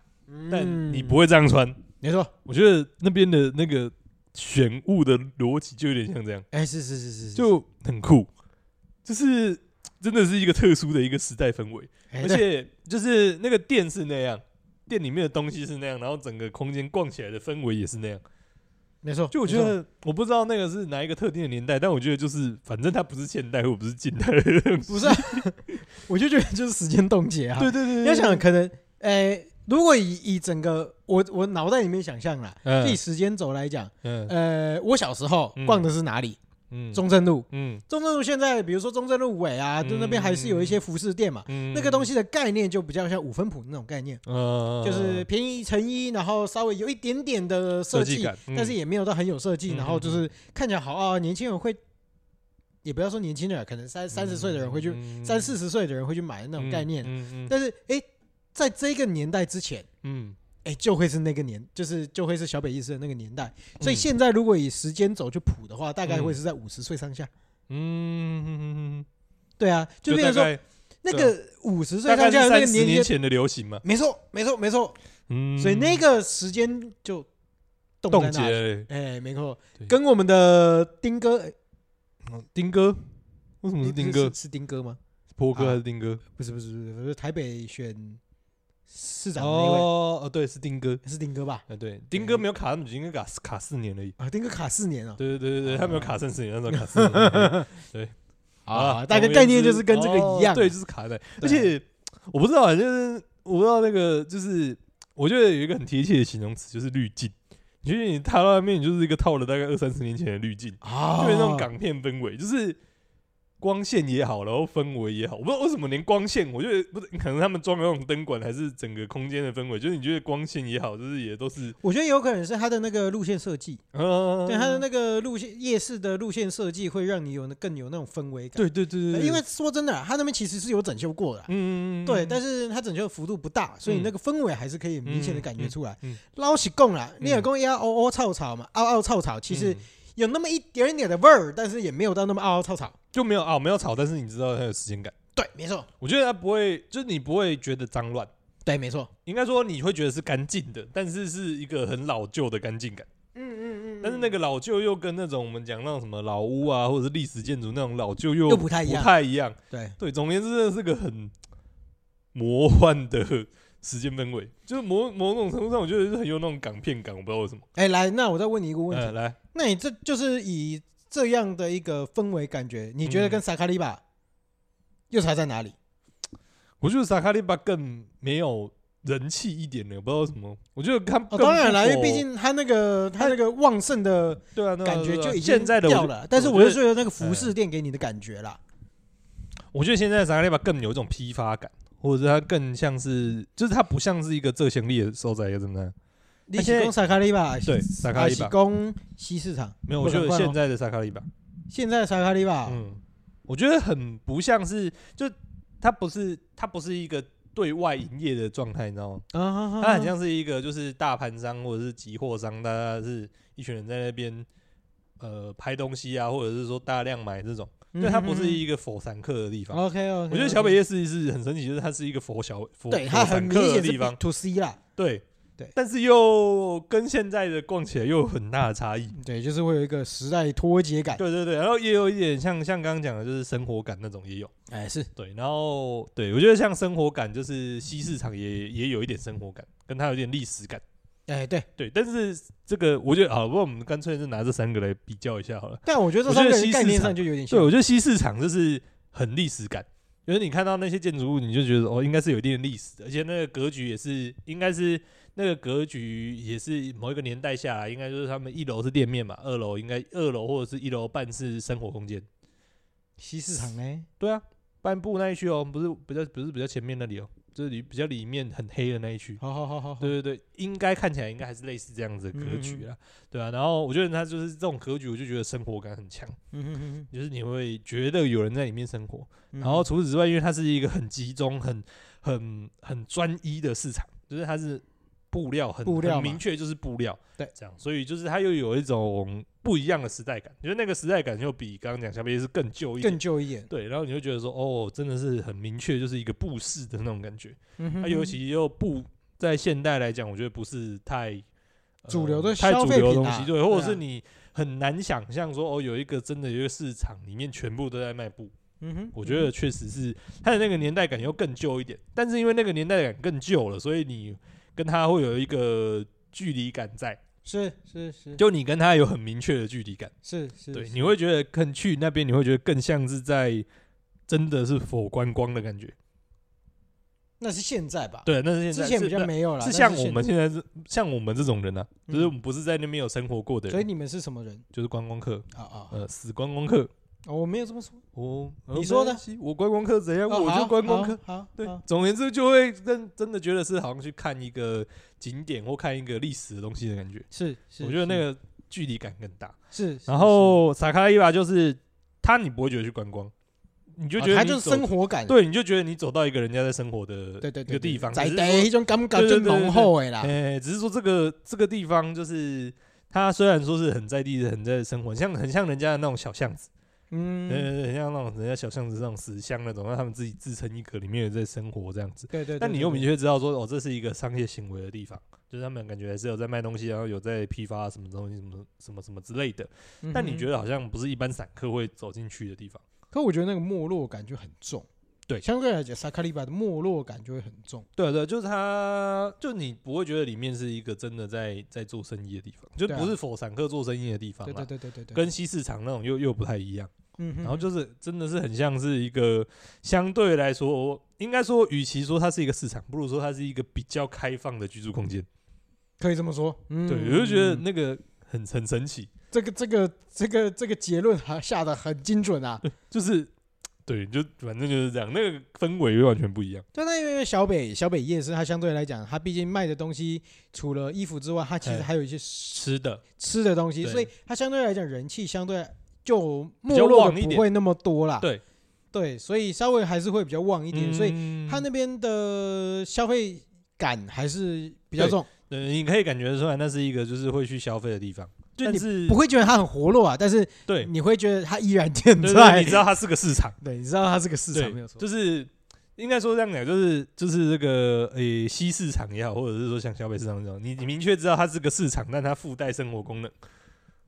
但
嗯
你不会这样穿。
没错，
我觉得那边的那个选物的逻辑就有点像这样，
哎，是是是是，是
就很酷，就是真的是一个特殊的一个时代氛围。
哎
而
对
且就是那个店是那样，店里面的东西是那样，然后整个空间逛起来的氛围也是那样。
没错，
就我觉得，我不知道那个是哪一个特定的年代，但我觉得就是，反正它不是现代或不是近代的东西。
不是啊， 我就觉得就是时间冻结啊，
对对对，
你要想可能，呃，如果以以整个我我脑袋里面想象啦，
嗯
就以时间轴来讲，
嗯
呃，我小时候
嗯
逛的是哪里？
嗯
中正路，
嗯
中正路现在比如说中正路尾啊，就那边还是有一些服饰店嘛，
嗯
那个东西的概念就比较像五分谱那种概念，
呃
就是便宜乘一，然后稍微有一点点的设
设
计，
感，嗯
但是也没有到很有设计，
嗯
然后就是看起来好啊，年轻人会，也不要说年轻人，啊可能
嗯
三三十岁的人会去，三四十岁的人会去买那种概念，
嗯嗯嗯
但是诶，在这个年代之前，
嗯，
诶，就会是那个年，就是就会是小北意识的那个年代。
嗯
所以现在如果以时间轴去谱的话，大概会是在五十岁上下。
嗯嗯嗯嗯嗯，
对啊，就变成
大
说
概
那个五十岁
大
上
概
下
是
的那个
三十
年
年
纪，
前的流行嘛，
没错，没错，没错。
嗯，
所以那个时间就冻在
冻
那里。
结，欸
哎，没错
对，
跟我们的丁哥，哎
嗯丁哥，为什么是丁哥
是？是啊丁哥吗？
波哥还是丁哥？
不是，不是，不是，不是台北选市长的那位，
哦哦，对，是丁哥，
是丁哥吧？
啊对，丁哥没有卡那么久，应该卡卡四年而已。
啊，丁哥卡四年啊。
对对对对对，他没有卡剩四年，那时候卡四年
啊，大概概念就是跟这个一样。
哦对，就是卡在。
对
而且我不知道，啊，就是我不知道那个，就是我觉得有一个很贴切的形容词，就是滤镜。你觉得你踏到外面，你就是一个套了大概二三十年前的滤镜，
啊，
就有那种港片氛围，就是。光线也好，然后氛围也好，我不知道为什么连光线，我觉得不是可能他们装的那种灯管，还是整个空间的氛围，就是你觉得光线也好，就是也都是，
我觉得有可能是它的那个路线设计，
呃，
对它的那个路线夜市的路线设计会让你有那更有那种氛围感。
对对对对，
因为说真的啊，它那边其实是有整修过的啊，
嗯
对，但
是
是它整修的幅度不大，所以
嗯
那个氛围还是可以明显的感觉出来
嗯嗯嗯。
捞起供啦，
嗯
你耳公要嗷嗷吵吵嘛，嗷嗷吵吵，其实有那么一点点的味儿，但是也没有到那么嗷嗷吵吵。
就没有啊，没有吵，但是你知道它有时间感，
对，没错，
我觉得它不会，就是你不会觉得脏乱，
对，没错。
应该说你会觉得是干净的，但是是一个很老旧的干净感。
嗯嗯嗯
但是那个老旧又跟那种我们讲那种什么老屋啊，或者是历史建筑那种老旧又
又不太一样
不太一样。
对，
对，总而言之，真的是个很魔幻的时间氛围， 就是某某种程度上，我觉得是很有那种港片感，我不知道为什么。
哎，来，那我再问你一个问
呃、
题，
来，
那你这就是以这样的一个氛围感觉，你觉得
嗯
跟萨卡利巴又差在哪里？
我觉得萨卡利巴更没有人气一点了，不知道为什么。我觉得他
哦，
更
当然啦，
不
因
否
为毕竟他那个他那个旺盛的
对啊，对啊
感觉
对啊
就已经
现在的
掉
我，
了，但是
我
我
觉
就觉
得嗯
得那个服饰店给你的感觉啦，
我觉得现在萨卡利巴更有一种批发感，或者是它更像是，就是它不像是一个这行列的受灾个怎么样？
你喜宫萨卡利巴，
对，萨卡
还
利
喜
巴
宫西市场，
没有，我
不
觉
能
得
换
现
哦
在的萨卡利巴，
现在萨卡利巴
嗯，我觉得很不像是，就它不是它不是一个对外营业的状态，你知道吗？
啊，
它很像是一个就是大盘商或者是集货商，大家是一群人在那边呃拍东西啊，或者是说大量买这种，
嗯，
就它不是一个佛散客的地方。
OK OK，
我觉得小北夜市是很神奇，就是它是一个佛小佛
对
佛
它很
散
明
客的
显
地
是
方，
to C 啦，
对
对
但是又跟现在的逛起来又有很大的差异。
对，就是会有一个时代脱节感，
对对对，然后也有一点像像刚刚讲的，就是生活感那种也有。
哎是，
对，然后对我觉得像生活感，就是西市场也也有一点生活感，跟它有点历史感。
哎对，
对，但是这个我觉得好，不过我们干脆就拿这三个来比较一下好了。
但我觉得这
我觉
三
得
个
西
人概
市
念
场
上就有点
对，
像，
我觉得西市场就是很历史感，就是你看到那些建筑物，你就觉得哦，应该是有一定的历史的，而且那个格局也是，应该是那个格局也是某一个年代下来，应该就是他们一楼是店面嘛，二楼应该二楼或者是一楼半是生活空间。
西市场呢，
对啊，半部那一区哦，不是比较不是比较前面那里哦，就是里比较里面很黑的那一区。
好好好好，好
对对对，应该看起来应该还是类似这样子的格
嗯
局啦，对啊。然后我觉得它就是这种格局，我就觉得生活感很强，
嗯哼哼
就是你会觉得有人在里面生活。
哼，
然后除此之外，因为它是一个很集中、很很很专一的市场，就是它是布料很
布料
很
嘛
明确，就是布料，
对，
这样，所以就是它又有一种不一样的时代感，就是那个时代感又比刚刚讲下面是更旧一点
更。旧一点，
对，然后你会觉得说，哦，真的是很明确，就是一个布市的那种感觉。
嗯哼
它、
哼
尤其又不在现代来讲，我觉得不是太、呃
主流的
太
消
主
费
流的
品
东
啊
西，对，或
对
者
啊
是你很难想象说，哦，有一个真的有一个市场里面全部都在卖布。
嗯哼，
我觉得确实是它的那个年代感又更旧一点，但是因为那个年代感更旧了，所以你跟它会有一个距离感在，
是是是
就你跟它有很明确的距离感。
是是，
对，
是
你会觉得更去那边，你会觉得更像是在真的是否观光的感觉。
那是现在吧？，
对，那是现在
之前
是
比较没有啦，
是
但
像
现嗯
我们现在是像我们这种人呢、啊，就是我们不是在那边有生活过的
所以
人，
你们是什么人
就是观光客，
啊啊？
呃，死观光客。
哦我没有这么说，
我
你说的，
呃没关系我观光客怎样，
哦
哎我就
好
观光
好
客。
好，
对
好，
总而言之就会真真的觉得是好像去看一个景点或看一个历史的东西的感觉。
是是，
我觉得那
是
个距离感更大。
是，是
然后萨卡伊巴就是它，你不会觉得去观光，你就觉得
它
你
哦就是
走
生活感，
对，你就觉得你走到一个人家在生活的
对对
一个地方，
在
只是
地
说
一种感觉
对
就
对对对
浓厚的啦，
哎，只是说这个这个地方就是它虽然说是很在地的、很在地生活，很像很像人家的那种小巷子，对对
嗯，
对，很像那种人家小巷子那种石巷那种，让他们自己自成一格，里面有在生活这样子。
对对，
但
对
你又明
对
确知道说，哦，这是一个商业行为的地方，就是他们感觉还是有在卖东西，然后有在批发什么东西、什么什么什么之类的。
嗯
但你
哼
觉得好像不是一般散客会走进去的地方。
可我觉得那个没落感就很重，
对
相对来讲，萨卡利巴的没落感就会很重，
对啊对啊，就是它，就你不会觉得里面是一个真的在在做生意的地方，就
对啊
不是否散客做生意的地方
对对
啦，
对对对对，
跟西市场那种又又不太一样。
嗯哼，
然后就是真的是很像是一个相对来说，应该说，与其说它是一个市场，不如说它是一个比较开放的居住空间。
可以这么说，嗯，
对，我就觉得
嗯
那个很很神奇。
这个这个这个这个结论还下的很精准啊，
就是对，就反正就是这样，那个氛围完全不一样。
对，那因为小北小北夜市，它相对来讲，它毕竟卖的东西除了衣服之外，它其实
哎
还有一些吃
吃的
吃的东西，
对
所以它相对来讲人气相对就没
较
落
旺
的
一
不
点
会那么多啦。
对嗯
对，所以稍微还是会比较旺一点，所以它那边的消费感还是比较
对
重，
呃，你可以感觉得出来，那是一个就是会去消费的地方，
就
但
你
是
不会觉得它很活络啊，但是
对
你会觉得它依然健
对对，
在。
你知道它是个市场，
对，你知道它是个市
对
场没有，错。
就是应该说这样讲，就是就是这个诶、西市场也好，或者是说像小北市场这种，你你明确知道它是个市场，但它附带生活功能。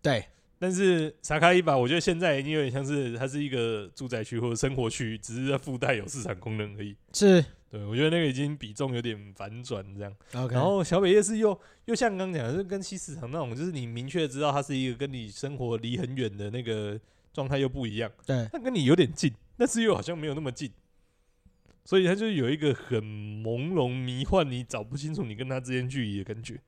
对，
但是萨卡伊巴，我觉得现在已经有点像是它是一个住宅区或者生活区，只是它附带有市场功能而已。
是
对，我觉得那个已经比重有点反转这样。
OK。
然后小北夜市又又像刚讲的，就跟西市场那种，就是你明确知道它是一个跟你生活离很远的那个状态又不一样，
对，
但跟你有点近，但是又好像没有那么近，所以它就有一个很朦胧迷幻，你找不清楚你跟它之间距离的感觉。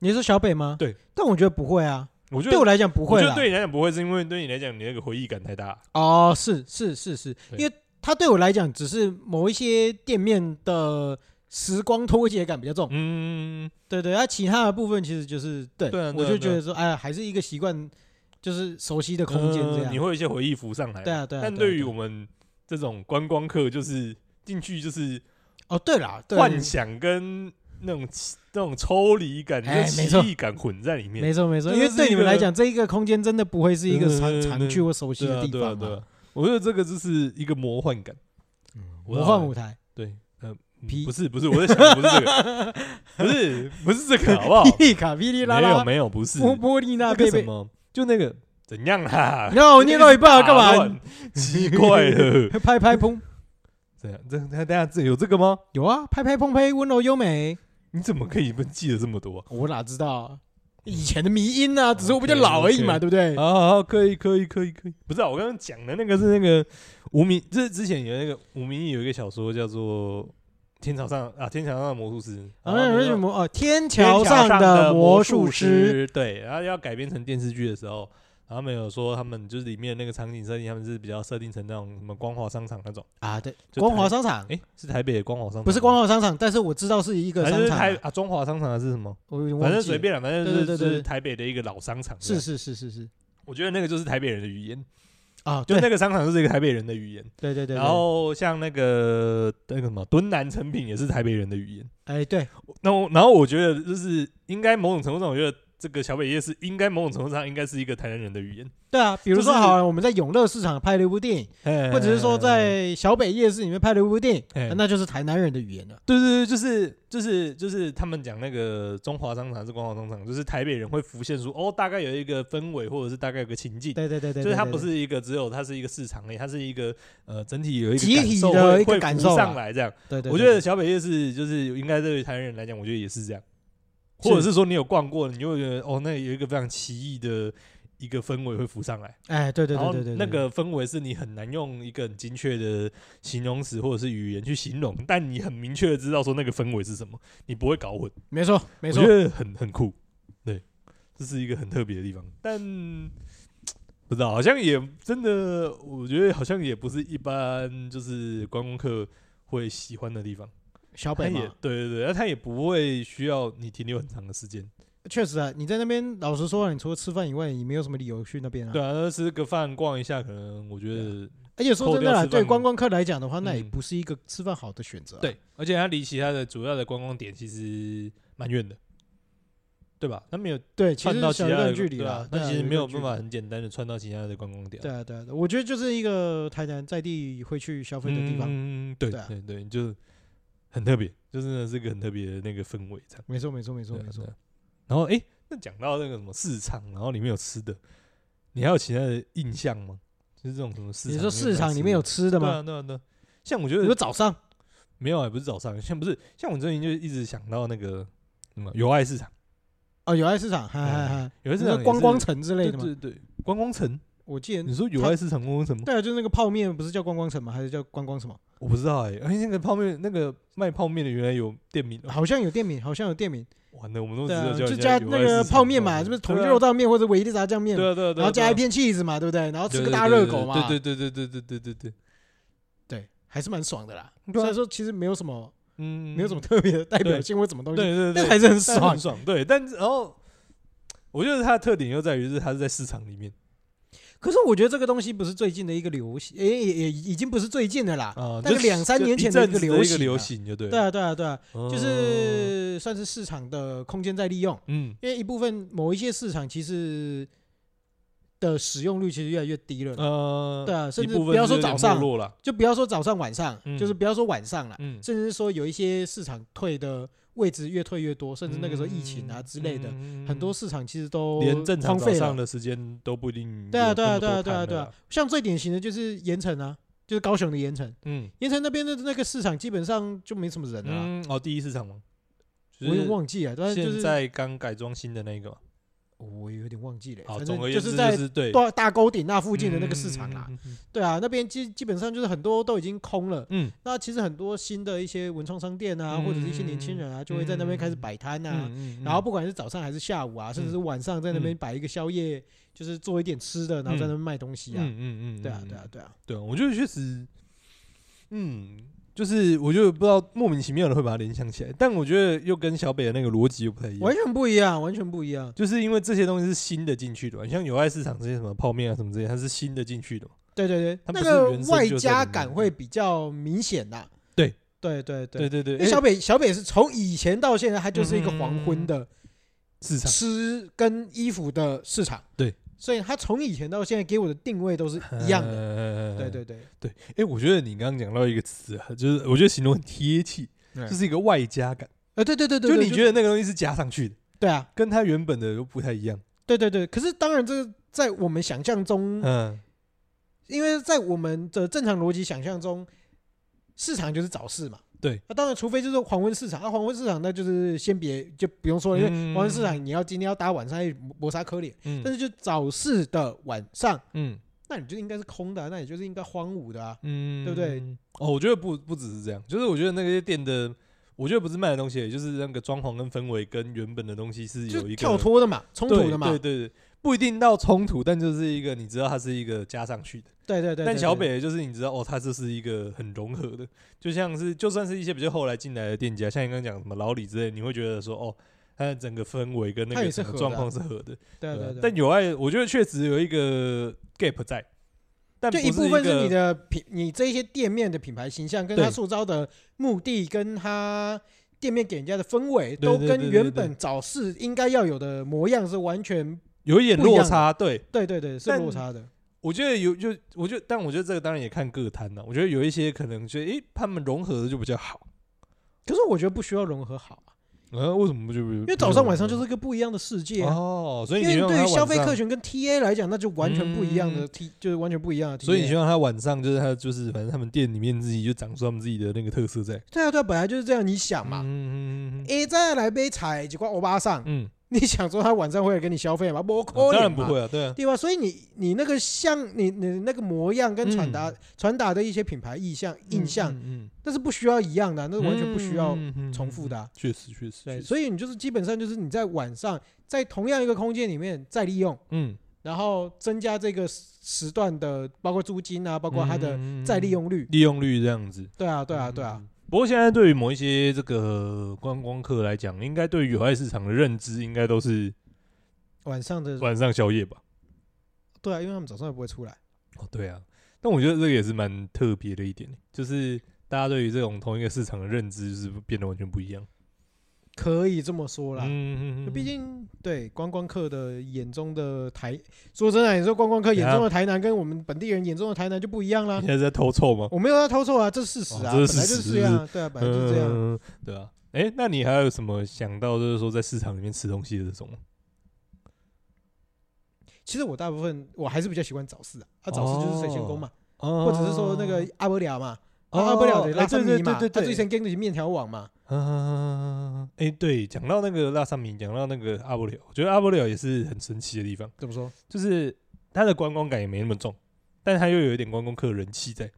你是说小北吗？
对，
但我觉得不会啊，
我觉得
对我来讲不
不
会
我觉得
啦。
对你来讲不会，是因为对你来讲你那个回忆感太大。
哦，是是是是，
对
因为它对我来讲只是某一些店面的时光脱节感比较重。
嗯，
对对，它其他的部分其实就是对，
对啊对
我
啊
就
对
觉
啊
得说，哎呀，还是一个习惯，就是熟悉的空间这
呃
样。
你会有一些回忆浮上来。
对啊对啊
但
对啊
对于
对啊
我们这种观光客，就是进去就是。
哦，对啦，对，
幻想跟那种奇那种抽离感、
哎
跟
没
奇
错
异感混在里面。
没错没错，
这
因为
就是
对
一
你们
个嗯
来讲，这一个空间真的不会是一个
对对
常
对对
常去或熟悉
对
的
啊，
地
对啊，
方
对
嘛。
啊。我觉得这个就是一个魔幻感，我
魔幻舞台，
对，呃，嗯
皮
不是不是，我在想不是这个， 不是不是这个，好不 好？
皮卡霹雳啦
哦没有
啦，
没有，不是
波波丽娜
那个
贝
什
贝，
么，就那个怎样啦？
那我念到一半了干
打
嘛
乱？？奇怪 了，
拍拍砰，
怎样？这他等下这有这个吗？
有啊，拍拍砰呸，温柔优美，
你怎么可以记得这么多啊？
我哪知道啊以前的迷音啊，只是我比较老而已嘛，对不对？
好好好，可以可以可以可以。不是、啊、我刚刚讲的那个是那个无名，这之前有那个无名义有一个小说叫做《天朝上》啊，《天桥上的魔术师》然
好
后啊那
像
个。
有什么哦，天
天
桥
上
上的魔术师，，
对，然后要改编成电视剧的时候，然后他们有说他们就是里面那个场景设定，他们是比较设定成那种什么光华商场那种，
啊，对，
就
光华
台，
商场
哎、是台北的光华商场吗，
不是光华商场，但是我知道是一个
还
商
是
场
台
啊，
啊中华商场还是什么？
我有点忘
反
记
正
了
随，便了，反正就是
对对对
就是
对
台北的一个老商场。
是，是是是是
我觉得那个就是台北人的语言，
啊，
就
对
那个商场就是一个台北人的语言。
对对对，
然后像那个那个什么敦南成品也是台北人的语言。
对哎对，
那我然后我觉得就是应该某种程度上，我觉得这个小北夜市应该某种程度上应该是一个台南人的语言，
对啊，比如说
就是
好了，我们在永乐市场拍了一部电影，或者是说在小北夜市里面拍了一部电影，
哎
啊那就是台南人的语言了。
对对对，就是就是就是他们讲那个中华商场还是光华商场，就是台北人会浮现出哦，大概有一个氛围，或者是大概有个情境。
对对对对，
就是它
对
不
对
是一个只有它是一个市场而已，它是一个呃整体有一个
集体
感受
的
会
一个
会
感
浮
受啊
上来这样。
对对，
我觉
对
得小北夜市就是应该对于台湾人来讲，我觉得也是这样，或者是说你有逛过，你就会觉得哦，那有一个非常奇异的一个氛围会浮上来，
哎，对对
然
对
后
对对，
那
对
个氛围是你很难用一个很精确的形容词或者是语言去形容，但你很明确的知道说那个氛围是什么，你不会搞混，
没错没
我
错
觉，得很很酷，对，这是一个很特别的地方，但。不知道，好像也真的，我觉得好像也不是一般就是观光客会喜欢的地方。
小
他
北
也
嘛，
对对对，那他也不会需要你停留很长的时间。
确实啊，你在那边老实说啊，你除了吃饭以外，你没有什么理由去那边啊。
对啊，那吃个饭逛一下，可能我觉得
而且说真的
扣掉
啦，
吃饭
对观光客来讲的话，那也
嗯
不是一个吃饭好的选择啊。
对，而且它离其他的主要的观光点其实蛮远的，对吧？它没有
对，其
串
实
到其
小
他
一段
的
距离啦对
了，，但
啊
其实没有办。
一
法
段距离
很简单的串到其他的观光点。
对啊对啊，对我觉得就是一个台南在地会去消费的地方。
嗯，对
对啊
对对，就很特别，就真的是个很特别的那个氛围，这样。
没错没错没错
对啊
没错
对。啊然后哎，诶那讲到那个什么市场，然后里面有吃的，你还有其他的印象吗？就是这种什么市
你
场里面
说
有
市
卖
场
吃
里面
的
有吃的
对
吗？
啊，对啊，对啊。像我觉
你说
得
早上
没有啊，不是早上，像不是像我最近就一直想到那个什么友爱市场，
哦，友爱市场，嗨嗨
嗯
嗨，
友爱市
你说
场也
观光
是
城之类
对
的吗？
对对，观光城。
我记得
你说友
它
爱市场观光城吗？
对啊，就是那个泡面不是叫观光城吗？还是叫观光什么？
我不知道哎，哎，那个泡面那个卖泡面的原来有店名 哦，
好像有店名，好像有店名。
完了，我们都只
对啊，
有
就
加
加那个泡面嘛，是不是统一肉？燥面或者维力炸酱面嘛？
啊对啊对啊对啊对啊，
然后加一
对啊
片 cheese 嘛，对不对？然后吃
对
个
对
大
对
热
对
狗嘛。
对对对对对对对对。
还是蛮爽的啦。
对
虽
啊
然说其实没有什么
嗯，
没有什么特别的代表性或什么东
对
西，
对对，
但还是很
但
爽
很。爽。对，但然后我觉得它的特点又在于是它是在市场里面
可是我觉得这个东西不是最近的一个流行，诶、也也已经不是最近的啦。
啊，
大概
就
两三
就
年前
一
的一
阵
个
子
流
的一
行
个
啊
流行就对
对
了，
啊，对啊，对啊，
哦
就是算是市场的空间在利用，
嗯
因为一部分某一些市场其实的使用率其实越来越低了啦。
呃，
对啊，甚
一
至
部
不
分
要
是
说
有
早
点
上
没，落了，
就不要说早上晚上，
嗯
就是不要说晚上了，
嗯，
甚至是说有一些市场退的位置越退越多，甚至那个时候疫情啊
嗯
之类的，，
嗯
很多市场其实都
连正常
荒
早
废
上
了。
的时间都不一定有
对啊，
那
对啊，
么
对
多
啊，对啊，
摊
对
了
啊
啦，，
像最典型的就是盐城啊，就是高雄的盐城，
嗯
盐城那边的那个市场基本上就没什么人了啊，
嗯，哦，第一市场吗？
我
就
有点
是
忘记了，但是就
现
是
在刚改装新的那个嘛，
我有点忘记了，
好，
反
哦总
正
而言
就
之
是
就
在
是对
大大沟顶那附近的那个市场啦。，
嗯嗯嗯嗯嗯
对啊，那边基基本上就是很多都已经空了。
嗯，
那其实很多新的一些文创商店啊，
嗯
或者是一些年轻人啊，就会在那边开始摆摊啊。
嗯
然后不管是早上还是下午啊，甚至是晚上，在那边摆一个宵夜，就是做一点吃的，然后在那边卖东西啊。
嗯嗯嗯，
对啊，
嗯
对啊，，对啊，
对啊，我觉得确实，嗯，就是我就不知道莫名其妙的会把它联想起来，但我觉得又跟小北的那个逻辑又不太一样
完，全不一样，完全不一样。
就是因为这些东西是新的进去的嘛，像友爱市场这些什么泡面啊什么这些，它是新的进去的嘛，
对对对，
它不
那
是
个
原生
外
就在
加
里面
感会比较明显呐。
对
对对对
对，对对，
因为
哎
小北小北是从以前到现在，它就是一个黄昏
嗯
的
市场
吃跟衣服的市场。
对，
所以它从以前到现在给我的定位都是一样的。
的
对对对，
对，哎，我觉得你刚刚讲到一个词啊，就是我觉得形容很贴切，
对
就是一个外加感，
呃，对对对对，
就
对
你觉得那个东西是加上去的，
对啊，
跟它原本的又不太一样，
对对对。可是当然，这个在我们想象中，
嗯，
因为在我们的正常逻辑想象中，市场就是早市嘛。
对，
那当然，除非就是黄昏市场，那黄昏市场那就是先别就不用说了，因为
嗯
黄昏市场你要今天要搭晚上也磨砂颗脸，
嗯
但是就早市的晚上，
嗯
那你就应该是空的啊、那你就是应该荒芜的啊。
嗯
对不对？
哦，我觉得不不只是这样，就是我觉得那些店的，我觉得不是卖的东西，就是那个装潢跟氛围跟原本的东西是
就
有一个
跳脱的嘛，冲突
对
的嘛，
对对对，不一定到冲突，但就是一个你知道它是一个加上去的。
对对对。
但
对
小
对
北就是你知道哦，它这是一个很融合的，就像是就算是一些比较后来进来的店家，像你刚刚讲什么老李之类，你会觉得说哦，它的整个氛围跟那
它也
个
是合
整个
的
状
啊
况是合的。
对对对，
但有爱，我觉得确实有一个 gap 在，但
就
不
一部分是
个
你的品，你这一些店面的品牌形象，跟
对
它塑造的目的，跟它店面给人家的氛围，
对
都
对
跟
对对
原
对
本早市应该要有的模样是完全
有一点
不一
落
样的
差，对。
对对对，是
但
落差的。
我觉得有就，我觉得，但我觉得这个当然也看各摊了、我觉得有一些可能觉得，诶、他们融合的就比较好。
可是我觉得不需要融合好啊，
呃，为什么不就因
因为早上晚上就是一个不一样的世界啊。
哦，所以
因
你
为
希望他
对于消费
晚
客
上，
群跟 TA 来讲，那就完全不一样的
嗯
T，就是完全不一样的 TA。
所以你希望他晚上就是他就是反正他们店里面自己就长出他们自己的那个特色在
对啊对啊，本来就是这样，你想嘛。
嗯嗯嗯嗯
A 再来杯彩，几块欧巴上，
嗯，
你想说他晚上会来跟你消费吗？不可能、
当然不，会啊，对 啊，
对吧？所以你你那个像你你那个模样跟传达、
嗯
传达的一些品牌意象印象，
嗯，
那是不需要一样的啊、那是完全不需要重复的啊
啊，确实确实，
对，
确实
所以你就是基本上就是你在晚上在同样一个空间里面再利用，
嗯，
然后增加这个时时段的，包括租金啊，包
包
括它的再利用率。
嗯利用率这样子，
对啊，对啊，对啊，。
嗯不过现在对于某一些这个观光客来讲，应该对于有爱市场的认知，应该都是嗯
晚上的
晚上宵夜吧？
对啊，因为他们早上也不会出来。
哦，对啊。但我觉得这个也是蛮特别的一点，就是大家对于这种同一个市场的认知，就是变得完全不一样。
可以这么说啦，
嗯
就毕竟对观光客的眼中的台，说真的，你说观光客眼中的台南跟我们本地人眼中的台南就不一样啦
你现。在是在偷臭吗？
我没有要偷臭啊，这是事实啊，
哦这
本
是
来就
事实
这样啊，对啊，本来就是这样。
嗯，对啊。哎，那你还有什么想到就是说在市场里面吃东西的这种吗？
其实我大部分我还是比较喜欢早市啊，啊，早市就是水仙宫嘛，
哦
或者是说那个阿伯了嘛，
哦
啊阿伯了的拉
哎对
三
对
米嘛，
对对
他
对
最先跟的是面条网嘛，
啊，哎，对，讲到那个拉萨米，讲到那个阿波了，我觉得阿波了也是很神奇的地方。
怎么说？
就是它的观光感也没那么重，但它又有一点观光客人气在。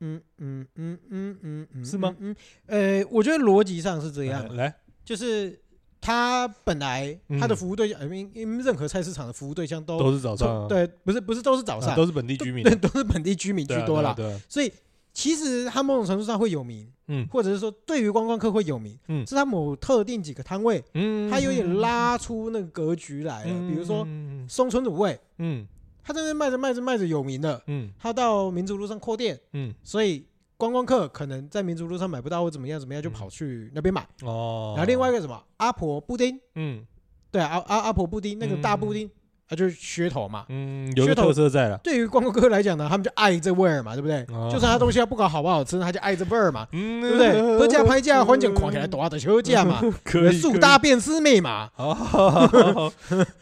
嗯嗯嗯嗯嗯嗯，
是吗
嗯，嗯呃，我觉得逻辑上是这样啊
呃，来，
就是他本来他的
嗯
服务对象，呃因因为任何菜市场的服务对象都
都是早
从
上啊，
对，不是不是都是早
啊
上，
都是本地居民啊，
对，都是本地居民居
对啊
多啦，
对啊对啊
所以其实它某种程度上会有名，
嗯
或者是说对于观光客会有名，
嗯
是它某特定几个摊位，
嗯
它有点拉出那个格局来了。比如说
嗯
松村卤味，
嗯
它在那卖着卖着卖着有名了，
嗯
它到民族路上扩店，
嗯
所以观光客可能在民族路上买不到或怎么样怎么样，就
嗯
跑去那边买。
哦，
然后另外一个什么阿婆布丁，
嗯
对啊，阿阿阿婆布丁那个大布
嗯
丁，啊就是噱头嘛。
嗯有
噱
个
头
特色在了，
对于观光客来讲呢，他们就爱这味儿嘛，对不对？
哦
就算他东西他不管好不好吃，他就爱这味儿 嘛，
嗯
对不对？喝价拍价，还钱狂起来，多的休假嘛，
可以
树
可以
大便是美嘛。
好好好好好，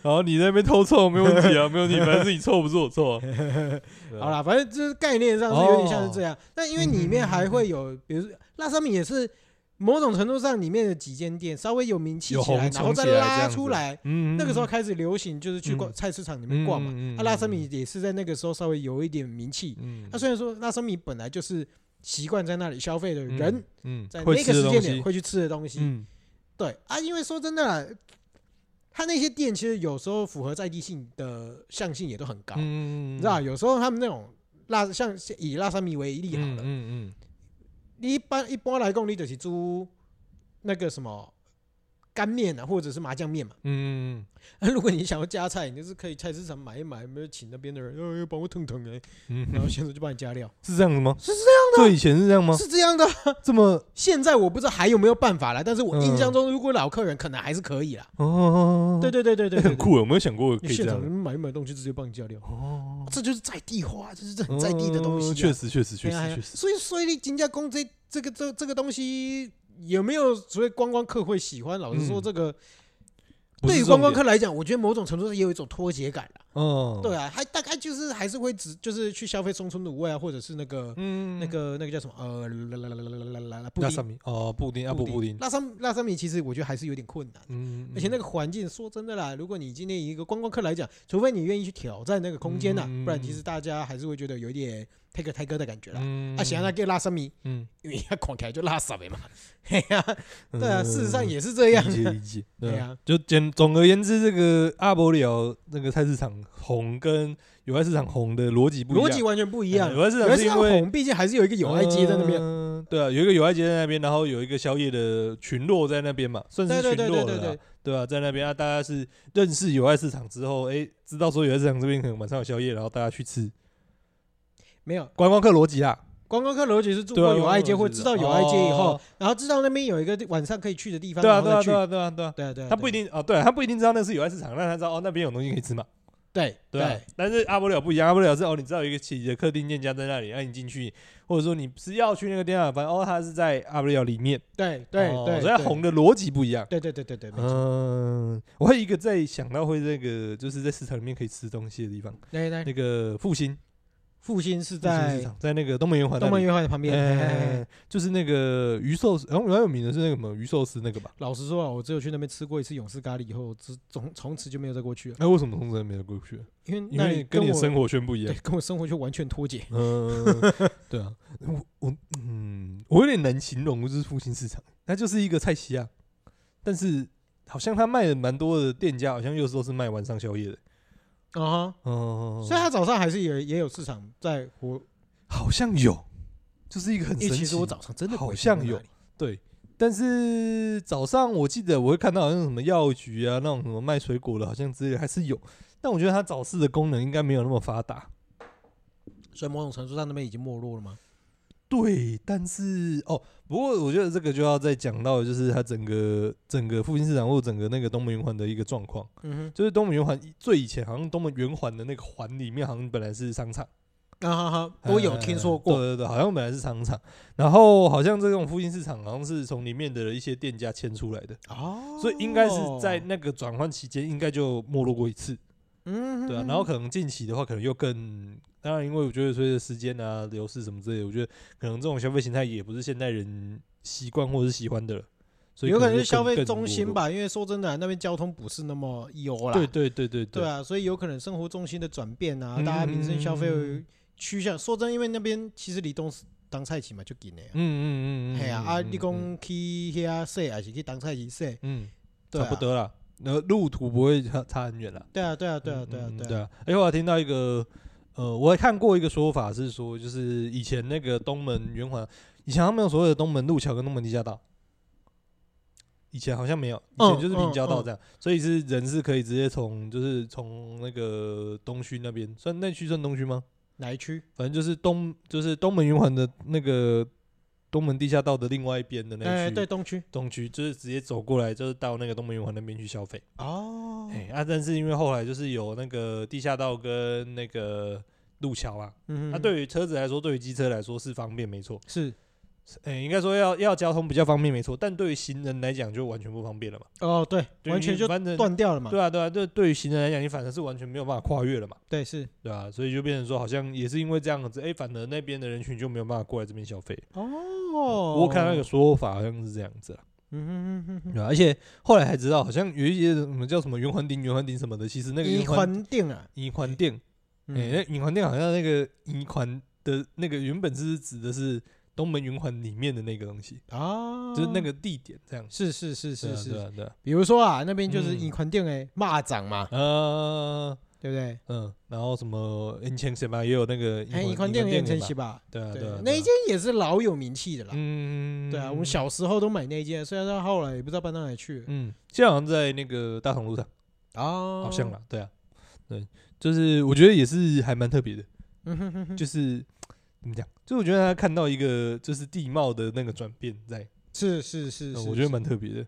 然后你在那边偷凑没问题啊，没问题，反正是你凑不是我 凑啊。对哦啊
好，啦，反正就是概念上是有点像是这样。那因为里面还会有，比如说辣烧米也是某种程度上里面的几间店稍微有名气
有
起来，
红
然后
冲
再
起来这
拉
样
出
子
来。
嗯，
那个时候开始流行，就是去逛
嗯
菜市场里面逛嘛。
嘛
啊，辣烧米，也是在那个时候稍微有一点名气。啊
嗯
那虽然说辣烧米本来就是习惯在那里消费的
嗯
人，
嗯，
在那
会
个
吃的
时
东
间点
西，
会去吃的东西，
嗯
对啊，因为说真的啦，他那些店其实有时候符合在地性的向性也都很高，
嗯，
你知道，有时候他们那种辣像以辣三米为例好
嗯
了，
嗯
你一般一般来讲，你就是租那个什么干面啊，或者是麻酱面嘛。
嗯
啊如果你想要加菜，你就是可以菜市场买一买，没有请那边的人，哎，帮我腾腾哎，
嗯
然后
嗯，
先生就帮你加料，
是这样子吗？
是
这样的，这以前是这样吗？
是这样的。
这么
现在我不知道还有没有办法了，但是我印
嗯
象中，如果老客人可能还是可以啦。
哦，
对对对对对，
哎
对
很。酷，有没有想过
你
可以这
现场
样？
买一买东西直接帮你加料，
哦，
这就是在地化，这是很在地的东西、啊
确实确实确
对啊，
实确实，
所以所以你金家公这这个这这个东西有没有所谓观光客会喜欢？老实说，
嗯
这个、
不是
对于观光
重
客来讲，我觉得某种程度上也有一种脱节感啦。
点，嗯，
对啊，还大概就是还是会只就是去消费松村卤味啊，或者是那个、
嗯，
那个那个叫什么呃啦啦啦啦啦啦啦啦布
拉萨
丁
米哦，布丁啊不布丁，
拉萨拉萨米，其实我觉得还是有点困难。
嗯，
而且那
个
个环境，说真的啦，如果你今天以一个观光客来讲，除非你愿意去挑战那个空间呐、
嗯
不然其实大家还是会觉得有一点 take 泰哥的感觉啦。
嗯
啊，想要给拉萨米，
嗯，
因为他狂开就拉萨米嘛。嘿呀、 对啊，事实上也是这样
理。解理解，
对
对啊。
啊，
就简总而言之，这个阿伯寮那个菜市场红跟友爱市场红的逻辑不一样。
逻辑完全不一样。
嗯友爱市
有
场
一
是
次
因
要
为
红，毕竟还是有一个友爱街在那边。
嗯对啊，有一个友爱街在那边，然后有一个宵夜的群落在那边嘛，算嗯是
对
群
对对
落
对
了
对
啦
对，
对啊，在那边啊，大家是认识友爱市场之后，哎，知道说友爱市场这边可能晚上有宵夜，然后大家去吃
没有
观光客逻辑啦，
观光客逻辑是住
对啊
过友爱街，
观光客
或
是
知道友爱街以后
哦，
然后知道那边有一个晚上可以去的地方，
对啊，
然后
对
再
啊，
去
对。啊，对啊，对啊，
对啊对啊，
他不一定哦，对啊他不一定知道那是友爱市场，但他知道哦那边有东西可以吃嘛，
对
对啊，但是阿波了不一样，阿波了是哦，你知道有一个企的客厅店家在那里，啊让、你进去，或者说你是要去那个店啊，反正哦，它是在阿波了里面，
对对
哦
对，
所以它红的逻辑不一样。
对。对对对对对，没错。
嗯， 我还有一个在想到会那个就是在市场里面可以吃东西的地方，
来来，
那个复兴
复兴是
复兴市
哎在
场，在那个东门圆环那
东门
里，
圆环的旁边。嘿嘿嘿
哎， 就是那个鱼寿司，然后比较有名的是那个什么鱼寿司那个吧？
老实说啊，我只有去那边吃过一次勇士咖喱，以后自从从此就没有再过去了，
哎，为什么通常没有过去？
因为
因
那里
为跟你
我
的生活圈不一样
对。跟我生活就完全脱节。
嗯， 对啊，我我嗯，我有点难形容，就是复兴市场，它就是一个菜西啊，但是好像他卖的蛮多的店家，好像又说是卖晚上宵夜的，
啊哈，
哦、
所以它早上还是有也有市场在活，
好像有，就是一个很
因
神
为其
奇。
实我早上真的不会
好像
去那
有
里
对，但是早上我记得我会看到好像什么药局啊，那种什么卖水果的，好像之类的还是有，但我觉得它早市的功能应该没有那么发达。
所以某种程度上那边已经没落了嘛。
对，但是哦，不过我觉得这个就要再讲到，就是它整个整个复兴市场或整个那个东门圆环的一个状况，
嗯
就是东门圆环最以前好像东门圆环的那个环里面好像本来是商场，
哼，啊哈哈，我有听说
呃
过。
对对对，好像本来是商场，然后好像这种复兴市场好像是从里面的一些店家迁出来的，
哦，
所以应该是在那个转换期间应该就没落过一次，
嗯，
对啊，然后可能近期的话，可能又更，当然，因为我觉得随着时间啊、流逝什么之类的，我觉得可能这种消费形态也不是现代人习惯或者是喜欢的了，所以
有可
能
能
就是
消
更
费中心。
更
吧，因为说真的啊，那边交通不是那么优啦。
落后对对对对
对，啊，所以有可能生活重心的转变啊，
嗯
大家民生消费
嗯
趋向。说真的，因为那边其实离东当菜市嘛就近的呀。
嗯嗯嗯嗯，
嘿啊，
嗯
啊，
嗯
你
嗯
讲去遐说，还是去当菜市说？
嗯，
对
差
啊
不多啦，那路途不会差差很远啦。
对啊，对啊，对啊，对啊，
嗯嗯
对
对
啊。
啊。哎，我还听到一个呃，我还看过一个说法是说，就是以前那个东门圆环，以前他们有所谓的东门路桥跟东门地下道，以前好像没有，以前就是平交
嗯
道这样，所以是人是可以直接从就是从那个东区那边，算那区算东区吗？
哪一区？
反正就是东就是东门圆环的那个东门地下道的另外一边的那
哎、
一区，
对，东区。
东区就是直接走过来，就是到那个东门圆环那边去消费。
哦，
哎、啊，但是因为后来就是有那个地下道跟那个路桥啊，
嗯
那、
哼，
对于车子来说，对于机车来说是方便没错，
是
哎、应该说要要交通比较方便没错，但对于行人来讲就完全不方便了嘛，
哦，对，
对
完全
你
就
反正
断掉了嘛。
对啊对啊，对对于行人来讲，你反正是完全没有办法跨越了嘛，
对，是
对啊，所以就变成说好像也是因为这样子，哎、反而那边的人群就没有办法过来这边消费。
哦。
我看那个，说法好像是这样子啊，
嗯哼哼哼
对啊，而且后来还知道好像有一些什么叫什么圆环顶、圆环顶什么的，其实那
哼，
个
一
圆环
环定啊，
银环店。
嗯
哎、那银环店好像那个银环的那个原本是指的是东门云环里面的那个东西，
啊，
哎就是那个地点这样。
是是是
对
是
啊对
是，
啊对啊，
比如说啊，那边就是
嗯
一环定哎，蚂蚱嘛，
呃
对不对？
嗯，然后什么银钱什么也有那个
哎，一
银环
环定也
店
很珍惜吧？
对啊对啊
对，，那一
件
间也是老有名气的啦。
嗯
对啊，我们小时候都买那一间，虽然到后来也不知道搬到哪里去了。
嗯，现在好像在那个大同路上，
哦，
好像啦，对啊，对，就是我觉得也是还蛮特别的，
嗯哼哼哼，
就是怎么讲，就我觉得他看到一个就是地貌的那个转变在。
是是是
呃
是，
我觉得
是
蛮特别的。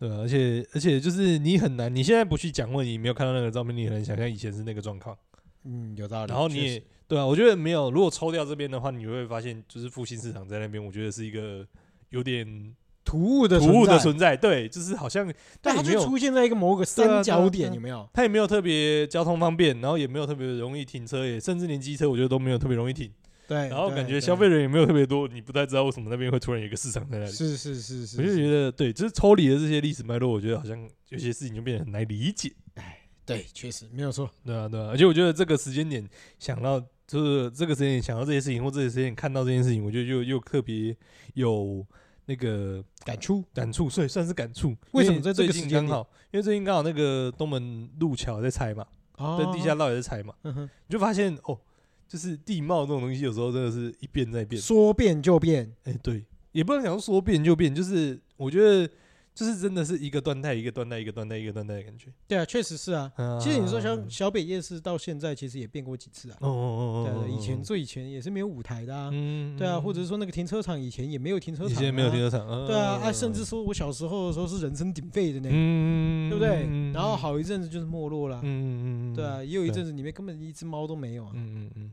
对啊，而且而且就是你很难，你现在不去讲，或者你没有看到那个照片，你很难想象以前是那个状况。
嗯有道理。
然后你
确
也
实
对啊，我觉得没有。如果抽掉这边的话，你会发现就是复兴市场在那边，我觉得是一个有点
突兀的
突兀的
在
存在。对，就是好像
对，
但
它
也没
就
有，
出现在一个某个
对啊
三角
对啊
点，
对啊
有没有？
它也没有特别交通方便，然后也没有特别容易停车，也甚至连机车我觉得都没有特别容易停。
对，
然后
对
感觉
对
消费人也没有特别多，你不太知道为什么那边会突然有一个市场在那里。
是是是是，
我就是觉得，对，就是抽离了这些历史脉络，我觉得好像有些事情就变得很难理解。
对，确实没有错。
对啊，对啊，而且我觉得这个时间点想到，就是这个时间点想到这些事情，或这个时间点看到这件事情，我觉得又又特别有那个
感触
感触，所以算是感触。
为什
因
么在这
最
个
近
时间
刚
点
好？因为最近刚好那个东门路桥在拆嘛，
哦
对，地下道也在拆嘛，
嗯哼
你就发现哦，就是地貌这种东西，有时候真的是一变再变。
说变就变，
哎、对，也不能讲说变就变，就是我觉得就是真的是一个断代，一个断代，一个断代，一个断代的感觉。
对啊，确实是啊。
啊
其实你说小小北夜市到现在其实也变过几次啊，
哦哦
对
哦
啊
哦，
以前
哦
最以前也是没有舞台的啊，
嗯
对啊，或者
嗯
是说那个停车场以前也没有停车场，
以前没有停，车场，嗯
啊对啊，啊，甚至说我小时候的时候是人声鼎沸的呢，
嗯，
对不对？然后，好一阵子就是没落了，
嗯嗯嗯，
对啊，也有一
对
阵子里面根本一只猫都没有啊，
嗯，嗯嗯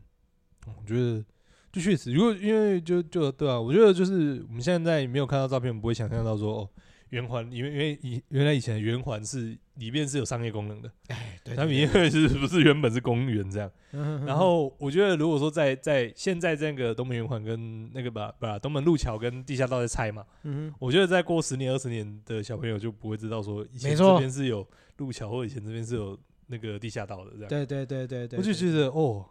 嗯，我觉得就确实，如果因为就就对啊，我觉得就是我们现在没有看到照片，不会想象到说哦。圆环，因为因为以原来以前的圆环是里面是有商业功能的，
哎，对，
它
对
里面
对
是不是原本是公园这样？
嗯哼
然后我觉得，如果说在在现在这个东门圆环跟那个吧吧东门路桥跟地下道在拆嘛，
嗯哼
我觉得再过十年二十年的小朋友就不会知道说以前
没错
这边是有路桥，或以前这边是有那个地下道的这样。
对对对对对，
我就
对
觉得哦，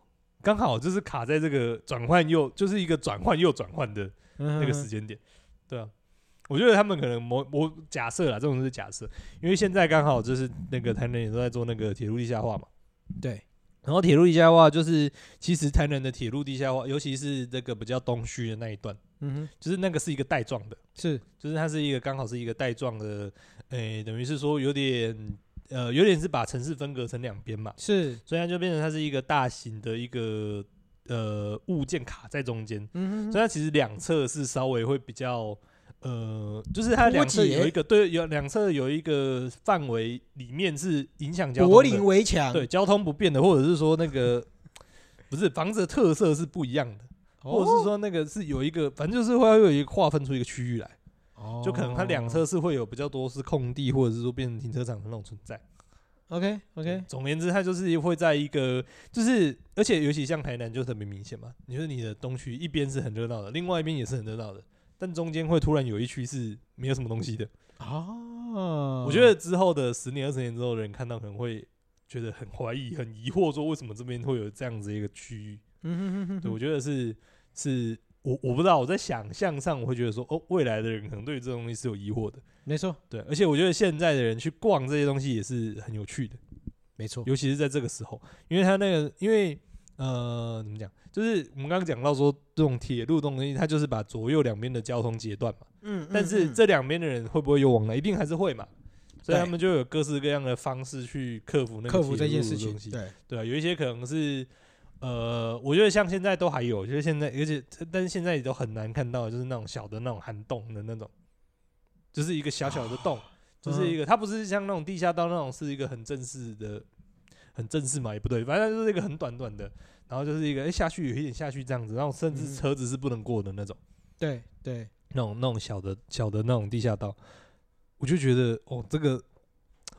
刚好就是卡在这个转换又就是一个转换又转换的那
那
个时间点，对啊。我觉得他们可能某我假设啦，这种是假设，因为现在刚好就是那个台南也都在做那个铁路地下化嘛。
对，
然后铁路地下化就是，其实台南的铁路地下化，尤其是这个比较东区的那一段，
嗯哼，
就是那个是一个带状的，
是
就是它是一个刚好是一个带状的，诶、等于是说有点呃，有点是把城市分隔成两边嘛，
是，
所以它就变成它是一个大型的一个呃物件卡在中间，
嗯哼
所以它其实两侧是稍微会比较呃，就是它两侧
脱节
有一个对，有两侧有一个范围里面是影响交
柏
通
林
的，
围墙，
对，交通不便的，或者是说 那个不是房子的特色是不一样的，
哦，
或者是说那个是有一个，反正就是会有一个划分出一个区域来。
说
就可能它两侧是会有比较多是空地，或者是说变成停车场的那种存在。
，OK OK，
总而言之，它就是会在一个，就是而且尤其像台南就特别明显嘛。你说你的东区一边是很热闹的，另外一边也是很热闹的，但中间会突然有一区是没有什么东西的。
哦，
我觉得之后的十年、二十年之后的人看到可能会觉得很怀疑、很疑惑，说为什么这边会有这样子一个区域？
嗯哼哼哼
对，我
哼，
觉得是是。我我不知道，我在想象上我会觉得说，哦，未来的人可能对这东西是有疑惑的，
没错
对，而且我觉得现在的人去逛这些东西也是很有趣的，
没错，
尤其是在这个时候，因为他那个，因为呃，怎么讲？就是我们刚刚讲到说，这种铁路这种东西，它就是把左右两边的交通截断嘛。
嗯，
但是
嗯
这两边的人会不会有往来？一定还是会嘛。所以他
对
们就有各式各样的方式去克服那个
克服
铁
这件
路
事
的
情
东，西
对，
对啊，有一些可能是，呃，我觉得像现在都还有，就是现在，而且但是现在也都很难看到，就是那种小的那种涵洞的那种，就是一个小
啊
小的洞，
嗯
就是一个、它不是像那种地下道那种是一个很正式的，很正式嘛也不对，反正就是一个很短短的，然后就是一个哎、诶下去有一点下去这样子，然后甚至
嗯
车子是不能过的那种，
对对，
那种那种小的小的那种地下道，我就觉得哦这个。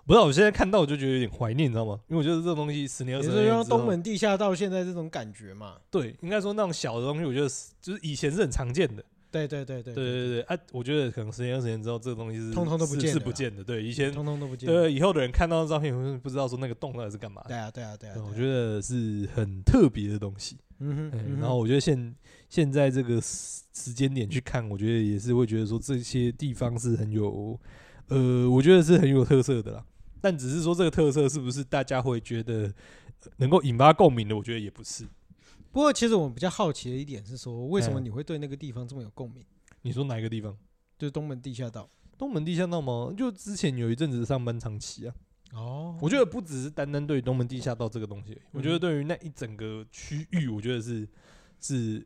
不知道，我现在看到我就觉得有点怀念，你知道吗？因为我觉得这种东西十年、
也就
二十
是
年
用
之后
东门地下道现在这种感觉嘛，
对，应该说那种小的东西，我觉得是就是以前是很常见的。
对对对对
对对对，啊，我觉得可能十年二十年之后，这个东西是
通通都不
是
见
是
了
不
啦
见的。对，以前
通通都不见了，
对以后的人看到照片，会不知道说那个洞到底是干嘛的。
对啊对啊对啊，
嗯我
得，
觉得是很特别的东西。
嗯哼
哎
嗯哼，
然后我觉得现现在这个时时间点去看，我觉得也是会觉得说这些地方是很有，呃，我觉得是很有特色的啦。但只是说这个特色是不是大家会觉得呃能够引发共鸣的，我觉得也不是。
不过其实我比较好奇的一点是说，为什么
嗯
你会对那个地方这么有共鸣？
你说哪一个地方？
就是东门地下道
东门地下道吗？就之前有一阵子上班长期啊，
哦
我觉得不只是单单对于东门地下道这个东西而已，我觉
嗯
得对于那一整个区域，我觉得是是，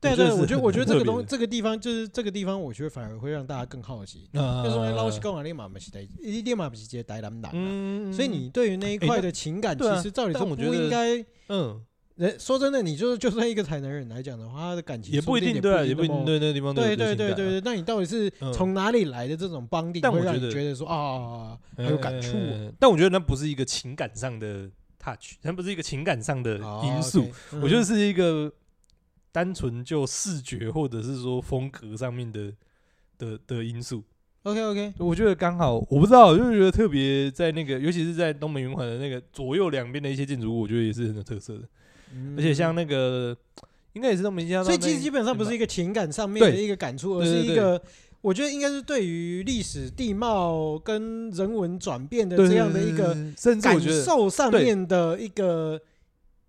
对对，我觉得我觉得这个东
东，
这个地方就是这个地方，我觉得反而会让大家更好奇。
那
就是说老实讲啊，立马不是台，立马不是接台南人啊。
嗯
所以你对于那一块的情感，
对啊
其实照理说
但我
不
觉得
应该。
嗯
人说真的，你就是就算一个台南人来讲的话，他的感情
也
说
不一
定
定对啊，
也
也不一
那
定
么
对那个地方都有
对
流
对
行
对
感啊，
对对，那你到底是
嗯
从哪里来的这种帮定，
但我
会让
觉
你
得
觉得说啊，还有感触哦
呃但我觉得那不是一个情感上的 touch，它不是一个情感上的
哦
呃因素，
，OK，嗯
我觉得是一个单纯就视觉或者是说风格上面的的的因素。
OK OK，
我觉得刚好，我不知道，我就是觉得特别在那个，尤其是在东门圆环的那个左右两边的一些建筑物，我觉得也是很有特色的。嗯而且像那个，应该也是东门一下，
嗯所以其实基本上不是一
个，
个情感上面的
对
一个感触，而
对
是
对
一
对
个我觉得应该是对于历史地貌跟人文转变的
对
这样的一，
对
个
对对甚至我
感
觉得
受上
对
面的一个，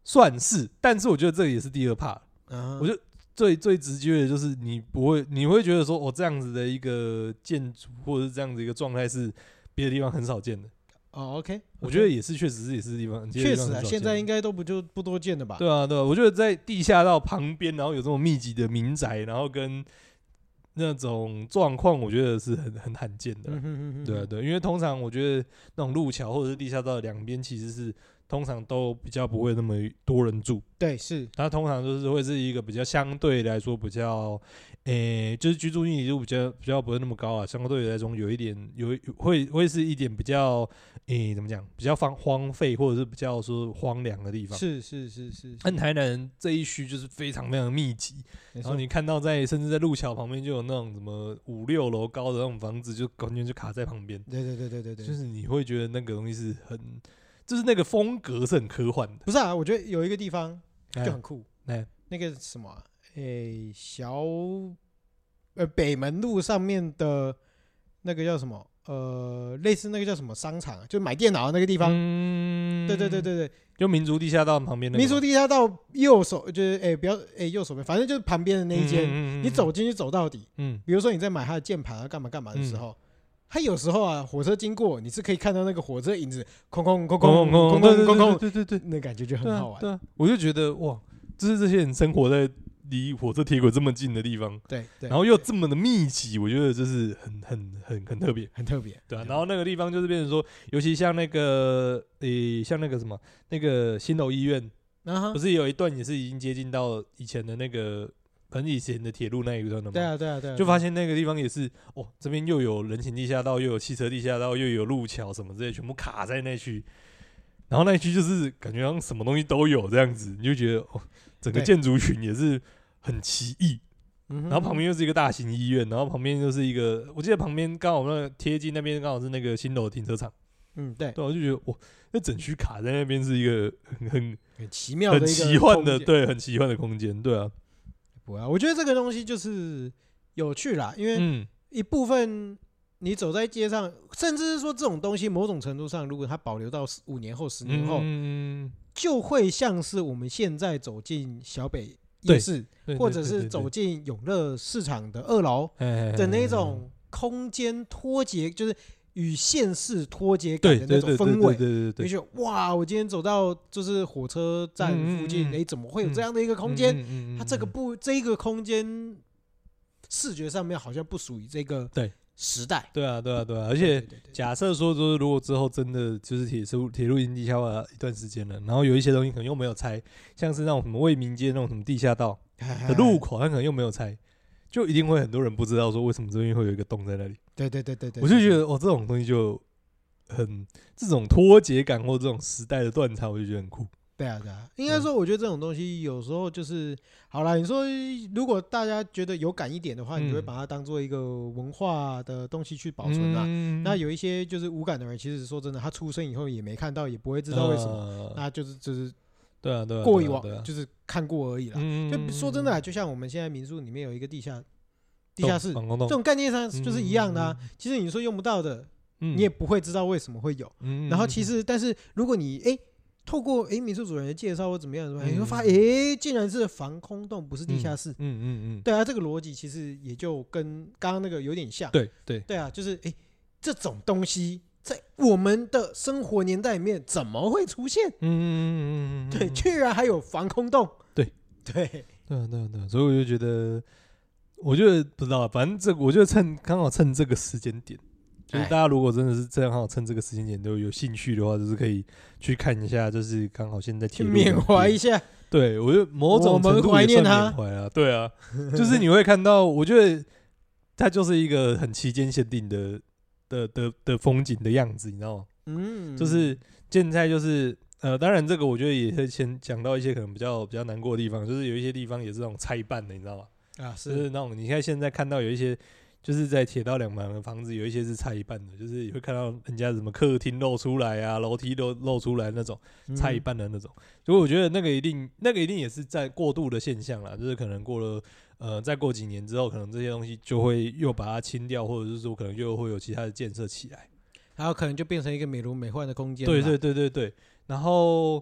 算是，但是我觉得这也是第二 part，
啊
我觉得最最直接的就是你不会，你会觉得说，哦，这样子的一个建筑或者是这样子一个状态是别的地方很少见的。
哦 OK，
我觉得也是，确实是也是地方，
确实啊，现在应
该。
该都不就不多见了吧？
对啊，对啊，我觉得在地下道旁边，然后有这种密集的民宅，然后跟那种状况，我觉得是很很罕见的啦。
嗯哼哼哼
对啊，对啊，因为通常我觉得那种路桥或者是地下道的两边，其实是通常都比较不会那么多人住，
对是，
它通常就是会是一个比较相对来说比较，诶、就是居住密集度比较比较不会那么高啊，相对来说有一点有会会是一点比较，诶、怎么讲，比较荒荒废或者是比较说荒凉的地方。
是是是是，
但台南人这一区就是非常非常密集，
没
哎然
错
后你看到在甚至在路桥旁边就有那种什么五六楼高的那种房子，就完全就卡在旁边，
对对对对对对，
就是你会觉得那个东西是很，就是那个风格是很科幻的。
不是啊，我觉得有一个地方就
哎
很酷，
哎
那个什么啊，诶、小呃北门路上面的那个叫什么？呃，类似那个叫什么商场啊，就买电脑的那个地方。
嗯
对对对，对对，
就民族地下道旁边那个
民
吗
俗地下道右手就是诶、不要诶、右手边，反正就是旁边的那一间，
嗯嗯嗯嗯
你走进去走到底。
嗯
比如说你在买它的键盘啊，干嘛干嘛的时候。它有时候啊，火车经过，你是可以看到那个火车影子，空空空空空空空空空，
对对对，
那感觉嗯就很
对啊
好玩。
对啊，我就觉得哇，就是这些人生活在离火车铁轨这么近的地方，
对对，
然后又这么的密集，我觉得就是很很很很特别。
很特别。
对啊，然后那个地方就是变成说，尤其像那个诶、像那个什么，那个新楼
嗯
医院，
然后
不是有一段也是已经接近到以前的那个，很以前的铁路那一段的
对
嘛。
啊对啊对啊，
就发现那个地方也是，哦，这边又有人行地下道，又有汽车地下道，又有路桥什么之类，全部卡在那区。然后那区就是感觉好像什么东西都有这样子，你就觉得哦，整个
对
建筑群也是很奇异。
嗯哼，
然后旁边又是一个大型医院，然后旁边就是一个，我记得旁边刚好那个贴近那边刚好是那个新楼的停车场，
嗯对，
对啊，我就觉得哇，那整区卡在那边是一个很很
很奇妙的一
很
个
奇幻
空
的，
间，
对，很奇幻的空间，对啊，
不啊，我觉得这个东西就是有趣啦，因为
嗯，
一部分你走在街上，甚至是说这种东西，某种程度上，如果它保留到十五年后、十年后，
嗯
就会像是我们现在走进小北
对
夜市，
对
或
对
者
对哎
是
对
走进永乐市场的二楼
嘿嘿嘿
的那
嘿
种空间脱节，就是与现世脱节感
对
的
对
那
对
种
对
氛
对
围。
对对
你
对，
就觉得哇，我今天走到就是火车站附
嗯嗯
近，
嗯
哎，怎么会有这
嗯
样的一个空间？
嗯，嗯
它这个
嗯
不，这个空间视觉上面好像不属于这个
对
时代，
对啊对啊对啊，而
而
且假设说，就是如果之后真的就是铁路铁路已经地下化一段时间了，然后有一些东西可能又没有拆，像是那种什么为民街那种什么地下道
哎
的路，口，它可能又没有拆，就一定会很多人不知道说为什么这边会有一个洞在那里。
对对对对对，
我就觉得哦，这种东西就很这种脱节感或这种时代的断层，我就觉得很酷。
对啊，对啊，应该说，我觉得这种东西有时候就是好啦，你说，如果大家觉得有感一点的话，你就会
嗯
把它当做一个文化的东西去保存啊。
嗯
那有一些就是无感的人，其实说真的，他出生以后也没看到，也不会知道为什么，
么
那就是就是
呃对啊对啊，
过
对
以
啊
往
对啊
就是看过而已啦。
嗯
就说真的啊，就像我们现在民宿里面有一个地下地
洞
下室，
防空洞
这种概念上就是一样的啊。其实你说用不到的，
嗯
你也不会知道为什么会有。
嗯
然后
嗯
其
嗯
实，但是如果你诶透过诶民宿主人的介绍或怎么样的话，你会发
嗯
现诶竟然是防空洞，不是地下室。
嗯嗯嗯，
对啊，这个逻辑其实也就跟刚刚那个有点像。
对对
对啊，就是诶这种东西在我们的生活年代里面怎么会出现？
嗯嗯嗯嗯嗯，
对，
嗯
居然还有防空洞。
对
对
对啊对啊对啊，所以我就觉得，我觉得不知道啊，反正这我觉得趁刚好趁这个时间点，就是
哎
大家如果真的是正好趁这个时间点都有兴趣的话，就是可以去看一下，就是刚好现在
去
铁路
缅
两
怀
边
一下。
对我觉得某种程度
我们怀
也
念
算
他
缅怀啊，对啊，就是你会看到，我觉得它就是一个很期间限定的的的的风景的样子，你知道吗？
嗯，
就是现在就是呃，当然这个我觉得也是先讲到一些可能比较比较难过的地方，就是有一些地方也是那种拆办的，你知道吗？
啊，
就是
是
那种你看现在看到有一些就是在铁道两旁的房子，有一些是拆一半的，就是也会看到人家什么客厅露出来啊，楼梯都露出来那种拆一
嗯
半的那种。所以我觉得那个一定那个一定也是在过度的现象啦，就是可能过了。呃，再过几年之后，可能这些东西就会又把它清掉，或者是说，可能又会有其他的建设起来。
然后可能就变成一个美轮美奂的空间。
对对，对对对，然后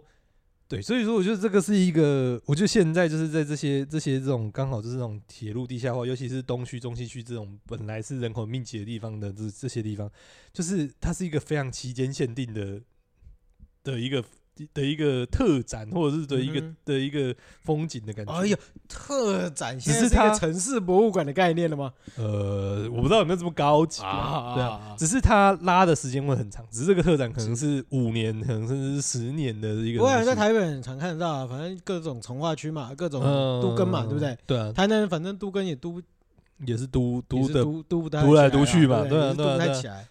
对，所以说我觉得这个是一个，我觉得现在就是在这些这些这种刚好就是这种铁路地下化，尤其是东区、中西区这种本来是人口密集的地方的这这些地方，就是它是一个非常期间限定的的一个。的一个特展，或者是的一个、
嗯哼
的一个风景的感觉。
哎呦，，特展
只
现在
是
是一个
它
城市博物馆的概念了吗？
呃，我不知道有没有这么高级啊，对啊，
啊
只是它拉的时间会很长，只是这个特展可能是五年，可能甚至是十年的一个
不
东西。
过在台北很常看得到啊，反正各种从化区嘛，各种
嗯，
都更嘛，对不对？？
对啊，
台南反正都更也都
也是都
也
都
是
的，
都都不太
都来
起啊
都去嘛
对
对啊
也是
对
都
啊
不太
对啊
起来。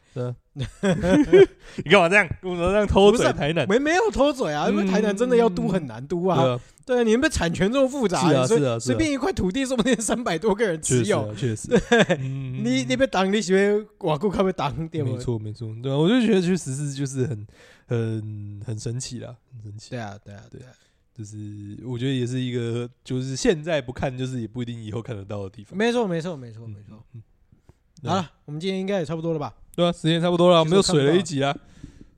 你干嘛这样？我们这样偷
不是
嘴
啊
台南？
没没有偷嘴啊，因为台南真的要都
嗯
很难都
对
啊。
啊，
对啊，你们产权这么复杂，
是啊
所以
是啊是
随
啊
便一块土地说不定三百多个人
确
持
实
有。
啊确实，对，你
你你被挡，你喜欢瓦固靠被挡对
没
不？
错没错，对啊，我就觉得去实施就是很很很神奇啦，很神奇
对。啊，对啊，对
对
啊，
就是我觉得也是一个，就是现在不看，就是也不一定以后看得到的地方。
没错，没错，没错，没错。
嗯，对
好了，我们今天应该也差不多了吧？
对啊，时间差不多了，我们又
其实我看
水
不到
了一集啊。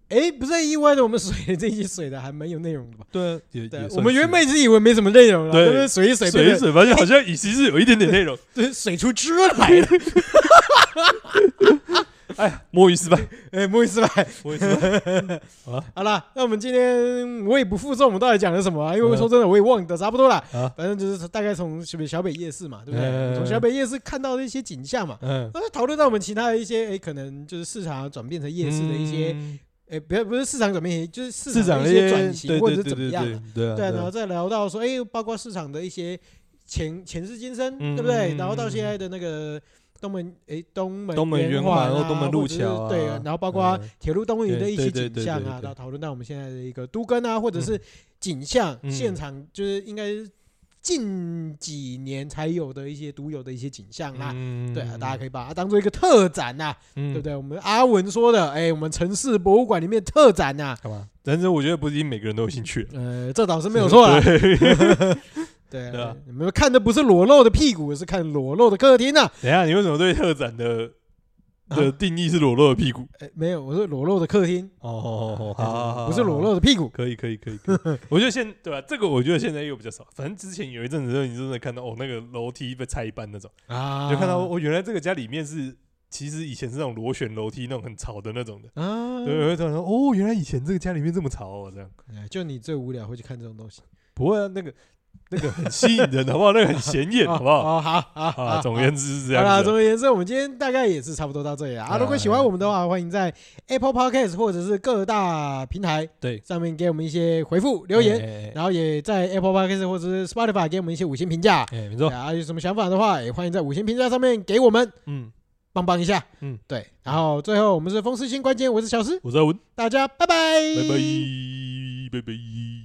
哎，不是意外的，我们水这一集水的还蛮有内容的吧？
对啊，也
对
也
啊，
算
我们
是
原本是以为没什么内容了，
对
但是水一水变
水
得
一水，发现好像以其实有一点点内 容。
对，水出汁来 了。
哎呀，摸鱼失败，
哎，不好意思吧？
摸鱼失 败。
好啦，那我们今天我也不附送我们到底讲了什么、啊，因为
嗯
说真的我也忘得差不多了。
啊
反正就是大概从小北小北夜市嘛，对不
嗯嗯
对？
嗯
从小北夜市看到的一些景象嘛，
嗯，
然后讨论到我们其他的一些，哎，可能就是市场转变成夜市的一些，
嗯
哎，不要不是市场转变，就是市
市
场的
场的
一
一些
些转型
对
或
对
者是
对
怎么
对
样啊。
对啊
对
对
啊，
啊，
然后再聊到说，哎，包括市场的一些前前世今生，
嗯
对不对？
嗯
然后到
嗯
现在的那个东门，哎，东门
东门
圆
圆
啊
环或东门路
或者是
桥啊
对，然后包括
嗯
铁路动物园的
对
一些
对对
景
对
象
对
啊，
对
然后讨论到我们现在的一个都跟啊，或者是景象，
嗯
现场就是应该是近几年才有的一些独有的一些景象啊。
嗯
对啊，大家可以把它当做一个特展呐、
对
对不？对？我们阿文说的，哎，我们城市博物馆里面特展呐、
干嘛？ 但是我觉得不一定每个人都有兴趣，啊
呃，这倒是没 有错啦。
对
对
对
啊
啊，
你们看的不是裸露的屁股，是看裸露的客厅呐、啊
等一下，你为什么对特展的的定义是裸露的屁股。
哎，没有，我是裸露的客厅，
哦哦哦，好好 好，
不是裸露的屁股。
可以可以可以 可以，我觉得现对吧、啊这个我觉得现在又比较少，反正之前有一阵子，你真的看到哦，那个楼梯被拆一半那种，
啊，
你就看到我、哦、原来这个家里面是，其实以前是那种螺旋楼梯，那种很吵的那种的。
啊，
对，我会突然说哦，原来以前这个家里面这么吵哦，这样
哎就你最无聊会去看这种东西，
不会啊，那个那个很吸引人，好不好？那个很显 眼，好不好？
哦，好好
啊，总而言之是这
好啦，
样子
总
啊。
而言之，我们今天大概也是差不多到这里啦。啊，如果喜欢我们的
哎
话，欢迎在 Apple Podcast 或者是各大平台
对，
上面给我们一些回复留言，
哎，
然后也在 Apple Podcast 或者是 Spotify 给我们一些五星评价。
哎哎没
对
错，
啊，有什么想法的话，也欢迎在五星评价上面给我们
嗯，
帮帮一下。
嗯，
对。然后最后我们是风湿性关节，我是小诗，
我是阿文，
大家拜拜，
拜拜，拜拜。